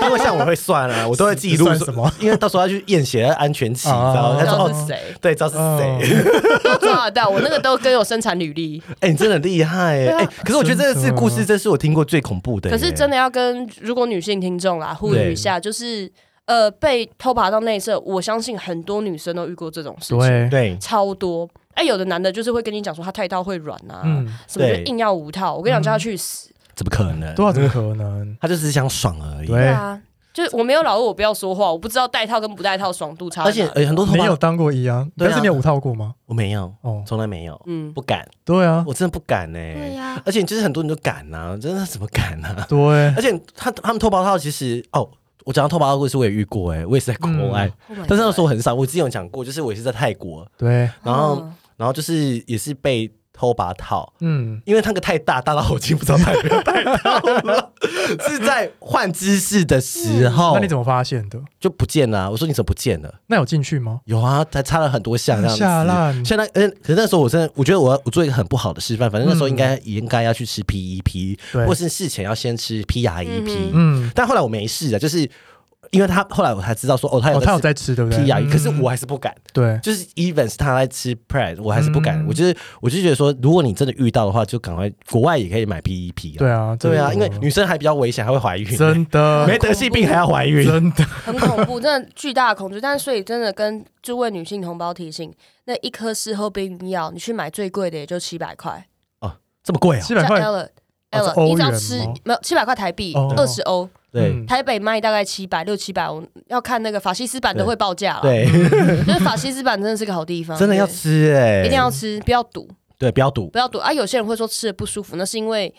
Speaker 2: 他会像我会算啊，我都会记录
Speaker 1: 算什么，
Speaker 2: 因为到时候要去验血要安全期，你知道
Speaker 1: 哦
Speaker 2: 吗？他说
Speaker 4: 道
Speaker 2: 哦，
Speaker 4: 是谁，
Speaker 2: 对，知道是
Speaker 1: 嗯
Speaker 2: 谁。
Speaker 4: 都抓得到。我那个都跟我生产履历，
Speaker 2: 哎，你真的很厉害哎！哎，可是我觉得这次故事，这是我听过最恐怖的耶。
Speaker 4: 啊可是真的要跟如果女性听众啦呼吁一下，就是呃被偷爬到内射，我相信很多女生都遇过这种事情。
Speaker 1: 对，
Speaker 2: 对，
Speaker 4: 超多。哎、有的男的就是会跟你讲说他太套会软啊，
Speaker 1: 嗯
Speaker 4: 什么就
Speaker 2: 对
Speaker 4: 硬要无套。我跟你讲，叫他去死。
Speaker 2: 怎么可能？
Speaker 1: 啊多少怎么可 能？
Speaker 2: 他就只是想爽而已。
Speaker 1: 对
Speaker 4: 对啊，就是我没有老二，我不要说话，我不知道戴套跟不戴套爽度差
Speaker 2: 而
Speaker 4: 在哪。
Speaker 2: 且呃很多头
Speaker 1: 你
Speaker 2: 发
Speaker 1: 有当过一啊？
Speaker 2: 对啊
Speaker 1: 但是你有五套过吗？
Speaker 2: 我没有，
Speaker 1: 哦，
Speaker 2: 从来没有，
Speaker 4: 嗯，
Speaker 2: 不敢，
Speaker 1: 对啊，
Speaker 2: 我真的不敢欸呢。
Speaker 4: 呀、
Speaker 2: 而且就是很多人都敢呐，真的怎么敢呐？
Speaker 1: 对
Speaker 2: 而，且他他们偷包套，其实哦，我讲到偷包套故事，我也遇过哎，我也是在国外，
Speaker 1: 嗯
Speaker 4: Oh my God
Speaker 2: 但是那时候很少。我之前有讲过，就是我也是在泰国，
Speaker 1: 对，
Speaker 2: 然后、
Speaker 4: 嗯
Speaker 2: 然后就是也是被偷拔套，
Speaker 1: 嗯，
Speaker 2: 因为那个太大，大到我已经不知道买不买套了， 是在换姿势的时候，
Speaker 1: 那你怎么发现的？
Speaker 2: 就不见了啊、我说你怎么不见了？
Speaker 1: 那有进去吗？
Speaker 2: 有啊，才差了很多项这样子。
Speaker 1: 吓烂
Speaker 2: 像那，嗯，可是那时候我真的，我觉得我要我做一个很不好的示范。反正那时候应该、应该要去吃 PEP，
Speaker 1: 嗯对
Speaker 2: 或是事前要先吃 PREP、
Speaker 1: 嗯，
Speaker 2: 但后来我没事啊，就是因为他后来我才知道说，哦，他有
Speaker 1: 哦，他有
Speaker 2: 在
Speaker 1: 在吃，对不
Speaker 2: 吃
Speaker 1: 对？
Speaker 2: PRE，、
Speaker 1: 嗯
Speaker 2: 可是我还是不敢。
Speaker 1: 对，
Speaker 2: 就是 even 是他在吃 Pred，我还是不敢。
Speaker 1: 嗯
Speaker 2: 我就是我就觉得说，如果你真的遇到的话，就赶快国外也可以买 PEP 啊。
Speaker 1: 对啊，
Speaker 2: 对啊，
Speaker 1: 真
Speaker 2: 因
Speaker 1: 的
Speaker 2: 为女生还比较危险，还会怀孕、
Speaker 1: 真的
Speaker 2: 没得性病还要怀孕。
Speaker 1: 真的
Speaker 4: 很恐怖，真的巨大的恐惧。但是所以真的跟诸位女性同胞提醒，那一颗事后避孕药，你去买最贵的也就七百块，
Speaker 2: 这么贵啊？
Speaker 1: 七
Speaker 4: 叫
Speaker 1: 百块
Speaker 4: e l e
Speaker 1: 哦
Speaker 4: l
Speaker 1: 是
Speaker 4: e
Speaker 1: 欧
Speaker 4: 你只要
Speaker 1: 元
Speaker 4: 吃
Speaker 1: 吗
Speaker 4: 没有七百块台币
Speaker 1: 哦，
Speaker 4: 二十欧，
Speaker 2: 对、
Speaker 1: 嗯
Speaker 4: 台北卖大概七百六七百，我要看那个法西斯版的会报价了。，
Speaker 2: 对，
Speaker 4: 就是法西斯版真的是个好地方，
Speaker 2: 真的要
Speaker 4: 对
Speaker 2: 吃哎、
Speaker 4: 嗯
Speaker 1: 欸
Speaker 4: 一定要吃，不要赌，
Speaker 2: 对，不要赌。
Speaker 4: 不要赌啊！有些人会说吃的不舒服，那是因为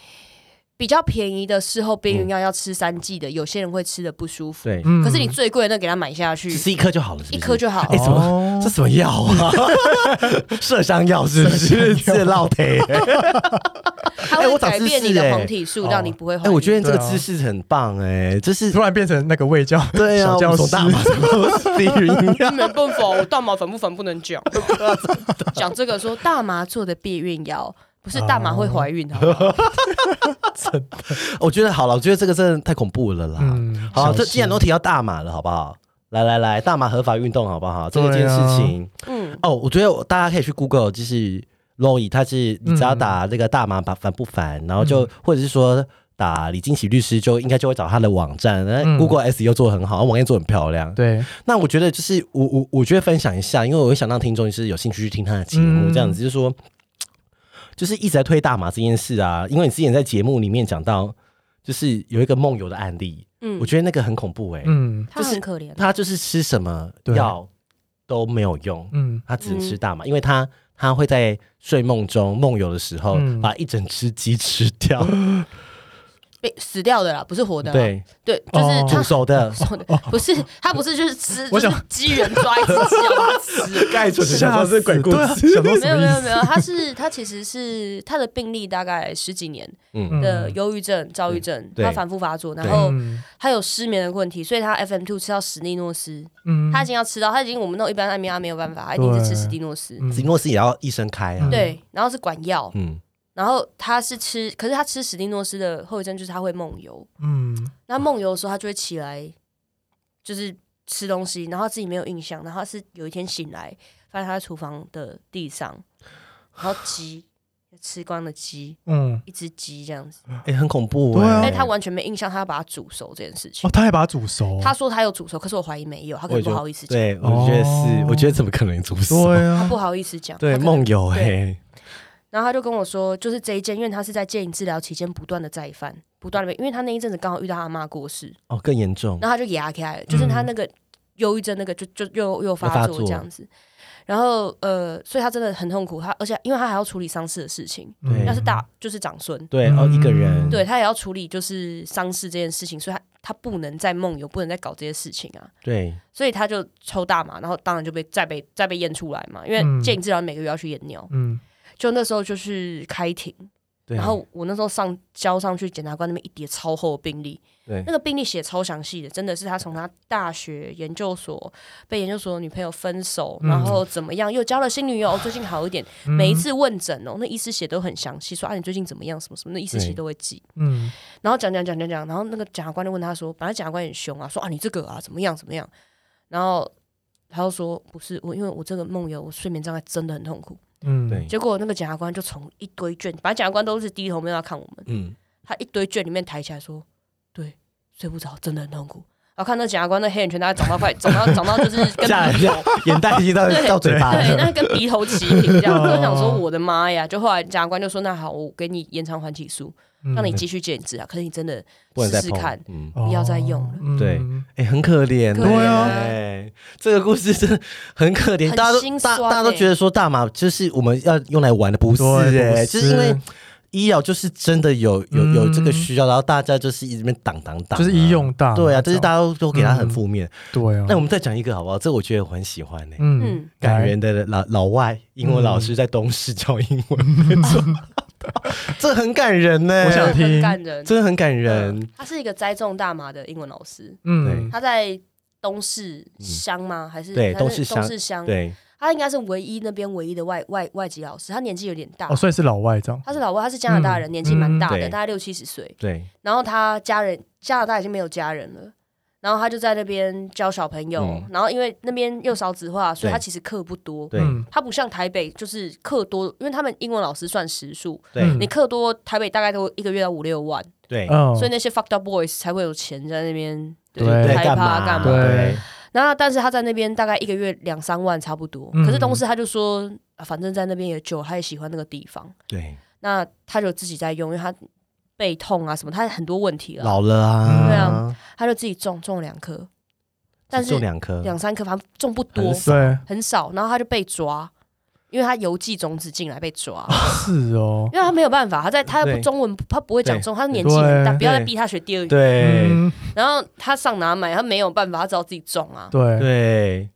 Speaker 4: 比较便宜的事后边缘药要吃三剂的，有些人会吃的不舒服。
Speaker 2: 对，
Speaker 1: 嗯
Speaker 4: 可是你最贵的那给他买下去
Speaker 2: 只，吃一颗就好了是不是
Speaker 4: 一颗就好
Speaker 2: 哎、。 什么？
Speaker 1: 哦
Speaker 2: 这什么药 啊？麝香药是不是？是烙 铁。
Speaker 4: 它
Speaker 2: 哎我
Speaker 4: 会
Speaker 2: 长
Speaker 4: 改
Speaker 2: 知
Speaker 4: 变
Speaker 2: 识
Speaker 4: 你的
Speaker 2: 哎
Speaker 4: 黄体素，
Speaker 1: 哦
Speaker 4: 让你不会怀
Speaker 2: 哎、
Speaker 4: 孕。
Speaker 2: 我觉得这个
Speaker 1: 对啊
Speaker 2: 姿势很棒哎、这 是
Speaker 1: 突然变成那个卫教
Speaker 2: 对啊，
Speaker 1: 小教
Speaker 2: 我
Speaker 1: 师
Speaker 2: 从，大 马什么地狱一样。
Speaker 4: 没办法，我大麻反不反不能讲。讲这个说大麻做的避孕药，不是大麻
Speaker 2: 哦
Speaker 4: 会怀孕，好不 好？
Speaker 2: 我觉得好了，我觉得这个真的太恐怖了啦。
Speaker 1: 嗯，
Speaker 2: 好，这
Speaker 1: 小
Speaker 2: 既然都
Speaker 1: 心
Speaker 2: 提到大马了，好不好？来来来，大马合法运动好不好？这个件
Speaker 1: 啊
Speaker 2: 事情、
Speaker 4: 嗯，
Speaker 2: 哦，我觉得大家可以去 Google，就是 Loi，他是你只要打那个大麻烦烦不烦，然
Speaker 1: 嗯
Speaker 2: 后就、或者是说。打李金喜律师就应该就会找他的网站，然
Speaker 1: 嗯
Speaker 2: 后 Google S 又做得很好，网页做得很漂亮。
Speaker 1: 对，
Speaker 2: 那我觉得就是我我我觉得分享一下，因为我想让听众就是有兴趣去听他的节目，
Speaker 1: 嗯
Speaker 2: 这样子就是说，就是一直在推大麻这件事啊。因为你之前在节目里面讲到，就是有一个梦游的案例，
Speaker 4: 嗯
Speaker 2: 我觉得那个很恐怖哎、
Speaker 1: 嗯
Speaker 4: 他很可怜。
Speaker 2: 他就是吃什么
Speaker 1: 对
Speaker 2: 药都没有用，
Speaker 1: 嗯，
Speaker 2: 他只能吃大麻，因为他他会在睡梦中梦游的时候、
Speaker 1: 嗯
Speaker 2: 把一整只鸡吃掉，
Speaker 4: 被死掉的啦，不是活的 啦。
Speaker 2: 对，哦
Speaker 4: 对，就是
Speaker 1: 哦
Speaker 2: 煮
Speaker 4: 他
Speaker 2: 熟的。
Speaker 4: 说的不是他不是就是吃，
Speaker 1: 我
Speaker 4: 就
Speaker 1: 想
Speaker 4: 是机缘抓一只鸡要把它吃。
Speaker 2: 盖准
Speaker 1: 吓死对啊想到
Speaker 4: 没
Speaker 1: 什
Speaker 4: 有
Speaker 1: 么意
Speaker 4: 没有没
Speaker 1: 思？
Speaker 4: 有，他是他其实是他的病历大概十几年
Speaker 2: 嗯
Speaker 1: 嗯
Speaker 4: 的忧郁症、躁郁症，
Speaker 2: 对
Speaker 4: 他反复发作，然
Speaker 2: 对
Speaker 4: 后
Speaker 1: 嗯
Speaker 4: 他有失眠的问题，所以他 FM two 吃到史蒂诺斯，
Speaker 1: 嗯
Speaker 4: 他已经要吃到他已经我们那种一般安眠药没有办法，他一定是吃史蒂诺斯。
Speaker 1: 嗯
Speaker 2: 子诺斯也要医生开啊，
Speaker 4: 对，然后是管药，
Speaker 2: 嗯，
Speaker 4: 然后他是吃，可是他吃史蒂诺斯的后遗症就是他会梦游，
Speaker 1: 嗯
Speaker 4: 那梦游的时候，他就会起来，就是吃东西，然后他自己没有印象，然后他是有一天醒来，发现他在厨房的地上，然后急，吃光的鸡，
Speaker 1: 嗯，
Speaker 4: 一只鸡这样子，
Speaker 2: 哎、很恐怖
Speaker 1: 对啊
Speaker 2: 哎、
Speaker 4: 但是他完全没印象，他要把它煮熟这件事情
Speaker 1: 哦，。他还把它煮熟，
Speaker 4: 他说他有煮熟，可是我怀疑没有，他可
Speaker 2: 我
Speaker 4: 能
Speaker 2: 觉
Speaker 4: 不
Speaker 2: 得
Speaker 4: 好意思讲，
Speaker 2: 对，我觉得是，
Speaker 1: 哦
Speaker 2: 我觉得怎么可能煮熟？
Speaker 1: 对
Speaker 4: 他
Speaker 1: 啊
Speaker 4: 不，好意思讲。
Speaker 2: 对，
Speaker 4: 他可能
Speaker 2: 梦游哎、
Speaker 4: 然后他就跟我说，就是这一件，因为他是在戒瘾治疗期间不断的再犯，不断的，因为他那一阵子刚好遇到他妈过世，
Speaker 2: 哦，更严重。
Speaker 4: 然后他就压开了，就是他那个忧郁症那个就就又又发
Speaker 2: 发
Speaker 4: 作
Speaker 2: 作
Speaker 4: 这样子。然后呃，所以他真的很痛苦，他而且因为他还要处理丧事的事情，
Speaker 1: 嗯
Speaker 2: 对
Speaker 4: 要是大就是长孙，
Speaker 2: 对，哦，一个人，
Speaker 1: 嗯
Speaker 4: 对他也要处理就是丧事这件事情，所以他他不能再梦游，不能再搞这些事情啊。
Speaker 2: 对，
Speaker 4: 所以他就抽大麻，然后当然就被再被再被验出来嘛，因为
Speaker 1: 嗯
Speaker 4: 戒瘾治疗每个月要去验尿，
Speaker 1: 嗯，
Speaker 4: 就那时候就是开庭，
Speaker 2: 对，啊
Speaker 4: 然后我那时候上交上去检察官那边一叠超厚的病历，
Speaker 2: 对
Speaker 4: 那个病历写超详细的，真的是他从他大学研究所被研究所的女朋友分手，
Speaker 1: 嗯
Speaker 4: 然后怎么样又交了新女友，最近好一点。
Speaker 1: 嗯
Speaker 4: 每一，次问诊哦，那医师写都很详细，说啊你最近怎么样，什么什么，那医师其实
Speaker 2: 对
Speaker 4: 都会记。
Speaker 1: 嗯
Speaker 4: 然后讲讲讲讲讲，然后那个检察官就问他说，本来检察官很凶啊，说啊你这个啊怎么样怎么样，然后他就说不是我，因为我这个梦游，我睡眠障碍真的很痛苦。
Speaker 1: 嗯，
Speaker 2: 对，
Speaker 4: 结果那个检察官就从一堆卷，反正检察官都是低头没有要看我们，
Speaker 2: 嗯，
Speaker 4: 他一堆卷里面抬起来说：“对，睡不着，真的很痛苦。”然后看那检察官那黑眼圈，大概长到快长到 长到就是跟
Speaker 2: 吓一
Speaker 4: 鼻
Speaker 2: 跳
Speaker 4: 头，，
Speaker 2: 眼袋已经到
Speaker 4: 对
Speaker 2: 到嘴巴
Speaker 4: 对，
Speaker 2: 了。
Speaker 4: 那跟鼻头齐平这样。
Speaker 1: 哦
Speaker 4: 我就想说我的妈呀！就后来检察官就说：“那好，我给你延长缓起诉，
Speaker 1: 嗯，
Speaker 4: 让你继续戒瘾治疗。可是你真的
Speaker 2: 不能再
Speaker 4: 试试
Speaker 2: 碰
Speaker 4: 看
Speaker 2: 嗯，
Speaker 1: 哦
Speaker 4: 不要再用了
Speaker 1: 嗯
Speaker 2: 对哎、很可怜，
Speaker 4: 可怜啊
Speaker 2: 哎，这个故事真的很可怜，
Speaker 4: 很
Speaker 2: 大家
Speaker 4: 心
Speaker 2: 都
Speaker 4: 酸
Speaker 2: 大大家都
Speaker 4: 欸
Speaker 2: 觉得说大麻就是我们要用来玩的，不是
Speaker 1: 对
Speaker 2: 哎、
Speaker 1: 不
Speaker 2: 就是因为
Speaker 1: 是嗯
Speaker 2: 医疗就是真的有有有这个需要，然后大家就是一直边挡挡挡，
Speaker 1: 就是医。用大麻这样，
Speaker 2: 对啊，就是大家都给他很
Speaker 1: 嗯
Speaker 2: 负面。
Speaker 1: 对啊，
Speaker 2: 那我们再讲一个好不好？这我觉得我很喜欢呢、
Speaker 1: 嗯
Speaker 4: 嗯，
Speaker 2: 感
Speaker 1: 네.
Speaker 2: 人的老老外英文老师在东市教英文， 这很感人呢、欸
Speaker 1: 我想
Speaker 4: 真的
Speaker 1: 听
Speaker 4: 很感人。
Speaker 2: 真的很感人
Speaker 4: 嗯。他是一个栽种大麻的英文老师，
Speaker 1: 嗯
Speaker 4: 他在东市乡吗？还是
Speaker 2: 对
Speaker 4: 他
Speaker 2: 东
Speaker 4: 是
Speaker 2: 市乡
Speaker 4: 东市乡？
Speaker 2: 对，
Speaker 4: 他应该是唯一那边唯一的外外外籍老师，他年纪有点大
Speaker 1: 哦，。所以是老外这样，
Speaker 4: 他是老外，他是加拿大人，
Speaker 1: 嗯
Speaker 4: 年纪蛮大
Speaker 2: 嗯
Speaker 4: 的，
Speaker 2: 对
Speaker 4: 大概六七十岁。
Speaker 2: 对，
Speaker 4: 然后他家人加拿大已经没有家人了，然后他就在那边教小朋友。
Speaker 2: 嗯
Speaker 4: 然后因为那边又少子化，所以
Speaker 2: 对
Speaker 4: 他其实课不多。
Speaker 2: 对
Speaker 1: 嗯
Speaker 4: 他不像台北，就是课多，因为他们英文老师算时数，
Speaker 2: 对，
Speaker 1: 嗯
Speaker 4: 你课多，台北大概都一个月要五六万，
Speaker 2: 对，
Speaker 1: 嗯，
Speaker 4: 所以那些 fucked up boys 才会有钱在那边
Speaker 1: 对
Speaker 4: 开
Speaker 2: 干
Speaker 4: 趴
Speaker 2: 嘛
Speaker 4: 干嘛。
Speaker 1: 对
Speaker 4: 然后但是他在那边大概一个月两三万差不多，
Speaker 1: 嗯
Speaker 4: 可是东市他就说，啊反正在那边也久，他也喜欢那个地方，
Speaker 2: 对，
Speaker 4: 那他就自己在用，因为他背痛啊什么，他很多问题了，
Speaker 2: 老了
Speaker 1: 嗯
Speaker 2: 啊，
Speaker 4: 对啊，他就自己种种了两颗，但
Speaker 2: 就是两颗，
Speaker 4: 两三颗反正种不多
Speaker 2: 很，
Speaker 1: 对
Speaker 4: 很少，然后他就被抓，因为他邮寄种子进来 被抓。
Speaker 1: 是哦，
Speaker 4: 因为他没有办法，他在他又
Speaker 2: 对
Speaker 4: 不中文，他不会讲
Speaker 2: 对
Speaker 4: 中文，他年纪很大，
Speaker 1: 对
Speaker 4: 不要再
Speaker 2: 对
Speaker 4: 逼他学第二语。
Speaker 2: 对
Speaker 1: 嗯
Speaker 4: 然后他上哪买？他没有办法，他只好自己种啊。
Speaker 1: 对，
Speaker 2: 네.对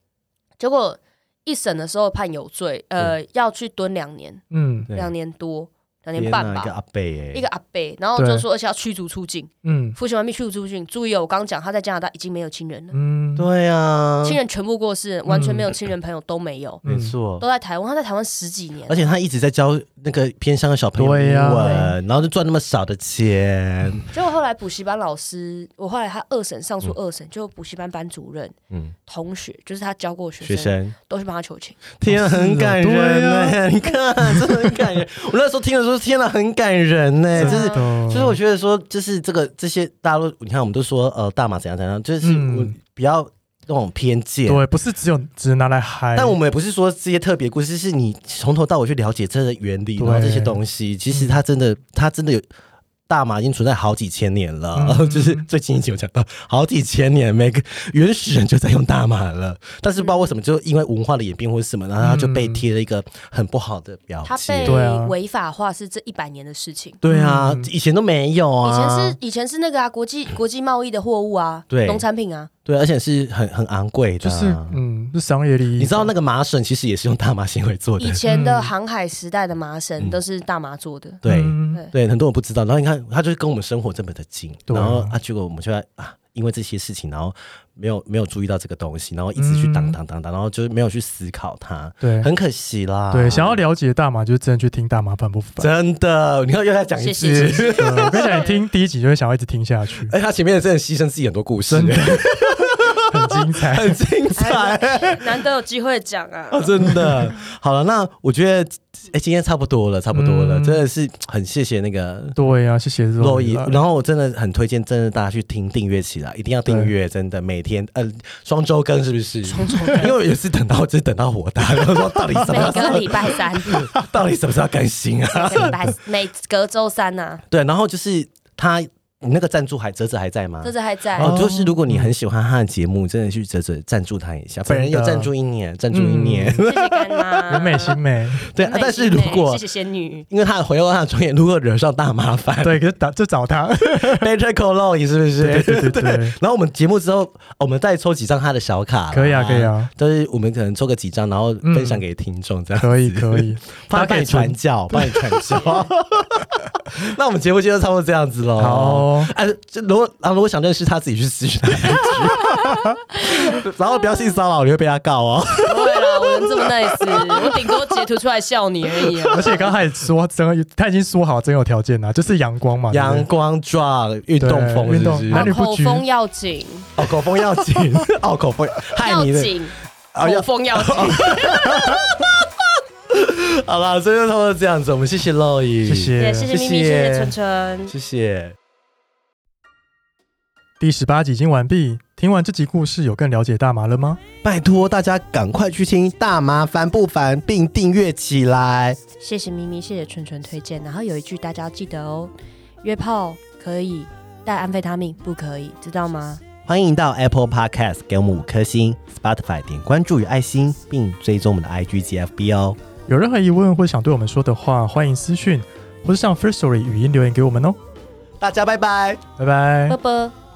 Speaker 4: 结果一审的时候判有罪，呃，要去蹲两年，
Speaker 1: 嗯
Speaker 2: 对，
Speaker 4: 两年多，两
Speaker 2: 天
Speaker 4: 年
Speaker 2: 哪
Speaker 4: 半
Speaker 2: 一个
Speaker 4: 吧。
Speaker 2: 阿贝哎，
Speaker 4: 一个阿伯，然后
Speaker 1: 对
Speaker 4: 就说，而且要驱逐出境，
Speaker 1: 嗯
Speaker 4: 服刑完毕驱逐出境。注意哦，我刚刚讲他在加拿大已经没有亲人了，
Speaker 1: 嗯，
Speaker 2: 对啊，
Speaker 4: 亲人全部过世，完全没有亲人朋友都没有，
Speaker 1: 嗯
Speaker 2: 没错
Speaker 4: 都。在台湾。他在台湾十几年
Speaker 2: 而，且他一直在教那个偏乡的小朋友
Speaker 1: 对啊嗯
Speaker 2: 英
Speaker 1: 呀
Speaker 2: 文，然后就赚那么少的钱，
Speaker 4: 结果后来补习班老师，我后来他二审上诉二审，就补习班班主任
Speaker 2: 嗯，
Speaker 4: 同学，就是他教过的学
Speaker 2: 学
Speaker 4: 生，
Speaker 2: 生，
Speaker 4: 都去帮他求情。
Speaker 2: 天啊，
Speaker 1: 是哦
Speaker 2: 很感
Speaker 1: 对
Speaker 2: 人
Speaker 1: 啊
Speaker 2: 哎，你看，真的很感人。我那时候听的时候，天哪，很感人哎，
Speaker 1: 真
Speaker 2: 就
Speaker 1: 的，嗯
Speaker 2: 是
Speaker 1: 就
Speaker 2: 就是我觉得说，就是这个这些大陆，你看我们都说呃大麻怎样怎样，就是
Speaker 1: 嗯
Speaker 2: 我比较那种偏见。
Speaker 1: 对，不是只有只拿来嗨，
Speaker 2: 但我们也不是说这些特别故事，是你从头到尾去了解这个原理，
Speaker 1: 对嗯
Speaker 2: 然后这些东西，其实它真的，它真的有大麻已经存在好几千年了。
Speaker 1: 嗯
Speaker 2: 就是最近一集有讲到，好几千年，每个原始人就在用大麻了，但是不知道为什么，就因为文化的演变或是什么，然后它就被
Speaker 1: 嗯
Speaker 2: 贴了一个很不好的标
Speaker 4: 他
Speaker 2: 签
Speaker 4: 被。
Speaker 1: 对啊
Speaker 4: 违法化是这一百年的事情。
Speaker 2: 对啊
Speaker 1: 嗯，
Speaker 2: 以前都没有
Speaker 4: 以前
Speaker 2: 啊，
Speaker 4: 是以前是那个啊，国际 国际贸易的货物啊，
Speaker 2: 对
Speaker 4: 农产品啊，
Speaker 2: 对，而且是很很昂贵的
Speaker 1: 就
Speaker 2: 啊，
Speaker 1: 是嗯，是商业利益，
Speaker 2: 你知道那个麻绳其实也是用大麻纤维做的
Speaker 4: 以，前的
Speaker 1: 嗯
Speaker 4: 航海时代的麻绳
Speaker 2: 嗯
Speaker 4: 都是大麻做的。
Speaker 2: 对、
Speaker 1: 嗯
Speaker 4: 对，
Speaker 2: 对，很多人不知道。然后你看，它就是跟我们生活这么的近，
Speaker 1: 对啊
Speaker 2: 然后啊，结果我们就在啊，因为这些事情，然后没有没有注意到这个东西，然后一直去挡
Speaker 1: 嗯
Speaker 2: 挡挡挡，然后就是没有去思考它，
Speaker 1: 对
Speaker 2: 很可惜啦。
Speaker 1: 对，想要了解大麻，就是真的去听大麻反不 反。
Speaker 2: 真的，你看又在讲一
Speaker 4: 谢谢谢
Speaker 2: 次，
Speaker 4: 谢。
Speaker 1: 对我 跟你讲，你听第一集就会想要一直听下去，
Speaker 2: 哎，他前面真的牺牲自己很多故事
Speaker 1: 真，的很精精彩。
Speaker 2: 很精 彩。
Speaker 1: 哎
Speaker 4: 难得有机会讲啊，
Speaker 2: 啊，真的。好了，那我觉得，哎、今天差不多了，差不多了，
Speaker 1: 嗯
Speaker 2: 真的是很谢谢那个
Speaker 1: 对呀、谢谢啊嗯
Speaker 2: 洛
Speaker 1: 肉
Speaker 2: 伊
Speaker 1: 姨。，
Speaker 2: 然后我真的很推荐，真的大家去听订阅起来，一定要订阅，真的每天呃双周更是不是？双周更，因为有一次等到就是等到火大，然后说到底 什
Speaker 4: 每
Speaker 2: 么时
Speaker 4: 个
Speaker 2: 候
Speaker 4: 礼拜三，每
Speaker 2: 到底什么时候更 新啊？
Speaker 4: 个礼拜每隔周三啊呐，
Speaker 2: 对，然后就是他你那个赞助还泽泽还在吗
Speaker 4: 这？次还在。
Speaker 2: 哦，就是如果你很喜欢他的节目，真的去泽泽赞助他一下，本人有嗯赞助一年，赞助一年。
Speaker 4: 谢谢干妈，
Speaker 1: 有美心美，
Speaker 2: 对，啊
Speaker 4: 美
Speaker 2: 但是
Speaker 4: 心
Speaker 2: 如
Speaker 4: 美
Speaker 2: 果
Speaker 4: 谢谢仙女，
Speaker 2: 因为他的回到他的专业，如果惹上大麻烦，
Speaker 1: 对，可是打就找他，
Speaker 2: ，Better Call l o y 是不是？
Speaker 1: 对对对对对
Speaker 2: 然后我们节目之后，哦我们再抽几张他的小卡，
Speaker 1: 可以 啊可以。啊，
Speaker 2: 但是我们可能抽个几张，然后分享给听众，这 样、
Speaker 1: 可以可 以，
Speaker 2: 帮你传教，帮你传 教。那我们节目就差不多这样子喽。
Speaker 1: 好哦
Speaker 2: 哎、这如果啊，如果想认识他，自己去私讯他 IG 然后不要性骚扰，你会被他告
Speaker 1: 啊
Speaker 2: 哦。
Speaker 4: 不会啦，我人这么 nice，我顶多截图出来笑你而已啊
Speaker 1: 而。且刚开始说真，他已经说好真有条件啦，就是阳光嘛，
Speaker 2: 阳光壮，运动风
Speaker 1: 对
Speaker 2: 是
Speaker 1: 运
Speaker 2: 不
Speaker 1: 动
Speaker 2: 是？
Speaker 1: 男女不
Speaker 4: 口
Speaker 1: 拘
Speaker 4: 风要紧，
Speaker 2: 哦，口风要 紧，哦，口风害
Speaker 4: 要
Speaker 2: 你的。
Speaker 4: 紧，
Speaker 2: 啊要
Speaker 4: 口风要紧。
Speaker 2: 好了，这就差不多这样子，我们谢谢 l o y
Speaker 1: 谢
Speaker 4: 也
Speaker 1: 谢
Speaker 4: 谢谢咪
Speaker 2: 谢谢
Speaker 4: 咪，谢谢春春。
Speaker 2: 谢谢。
Speaker 1: 第十八集已经完毕，听完这集故事有更了解大麻了吗？
Speaker 2: 拜托大家赶快去听《大麻烦不烦》，并订阅起来。
Speaker 4: 谢谢咪咪，谢谢纯纯推荐。然后有一句大家要记得哦，约炮可以，但安非他命不可以，知道吗？
Speaker 2: 欢迎到 Apple Podcast 给我们五颗星，Spotify 点关注与爱心，并追踪我们的 IG 及 FB 哦。
Speaker 1: 有任何疑问或想对我们说的话，欢迎私讯或是上 First Story 语音留言给我们哦。
Speaker 2: 大家拜拜。
Speaker 1: 拜拜
Speaker 4: 啵。啵。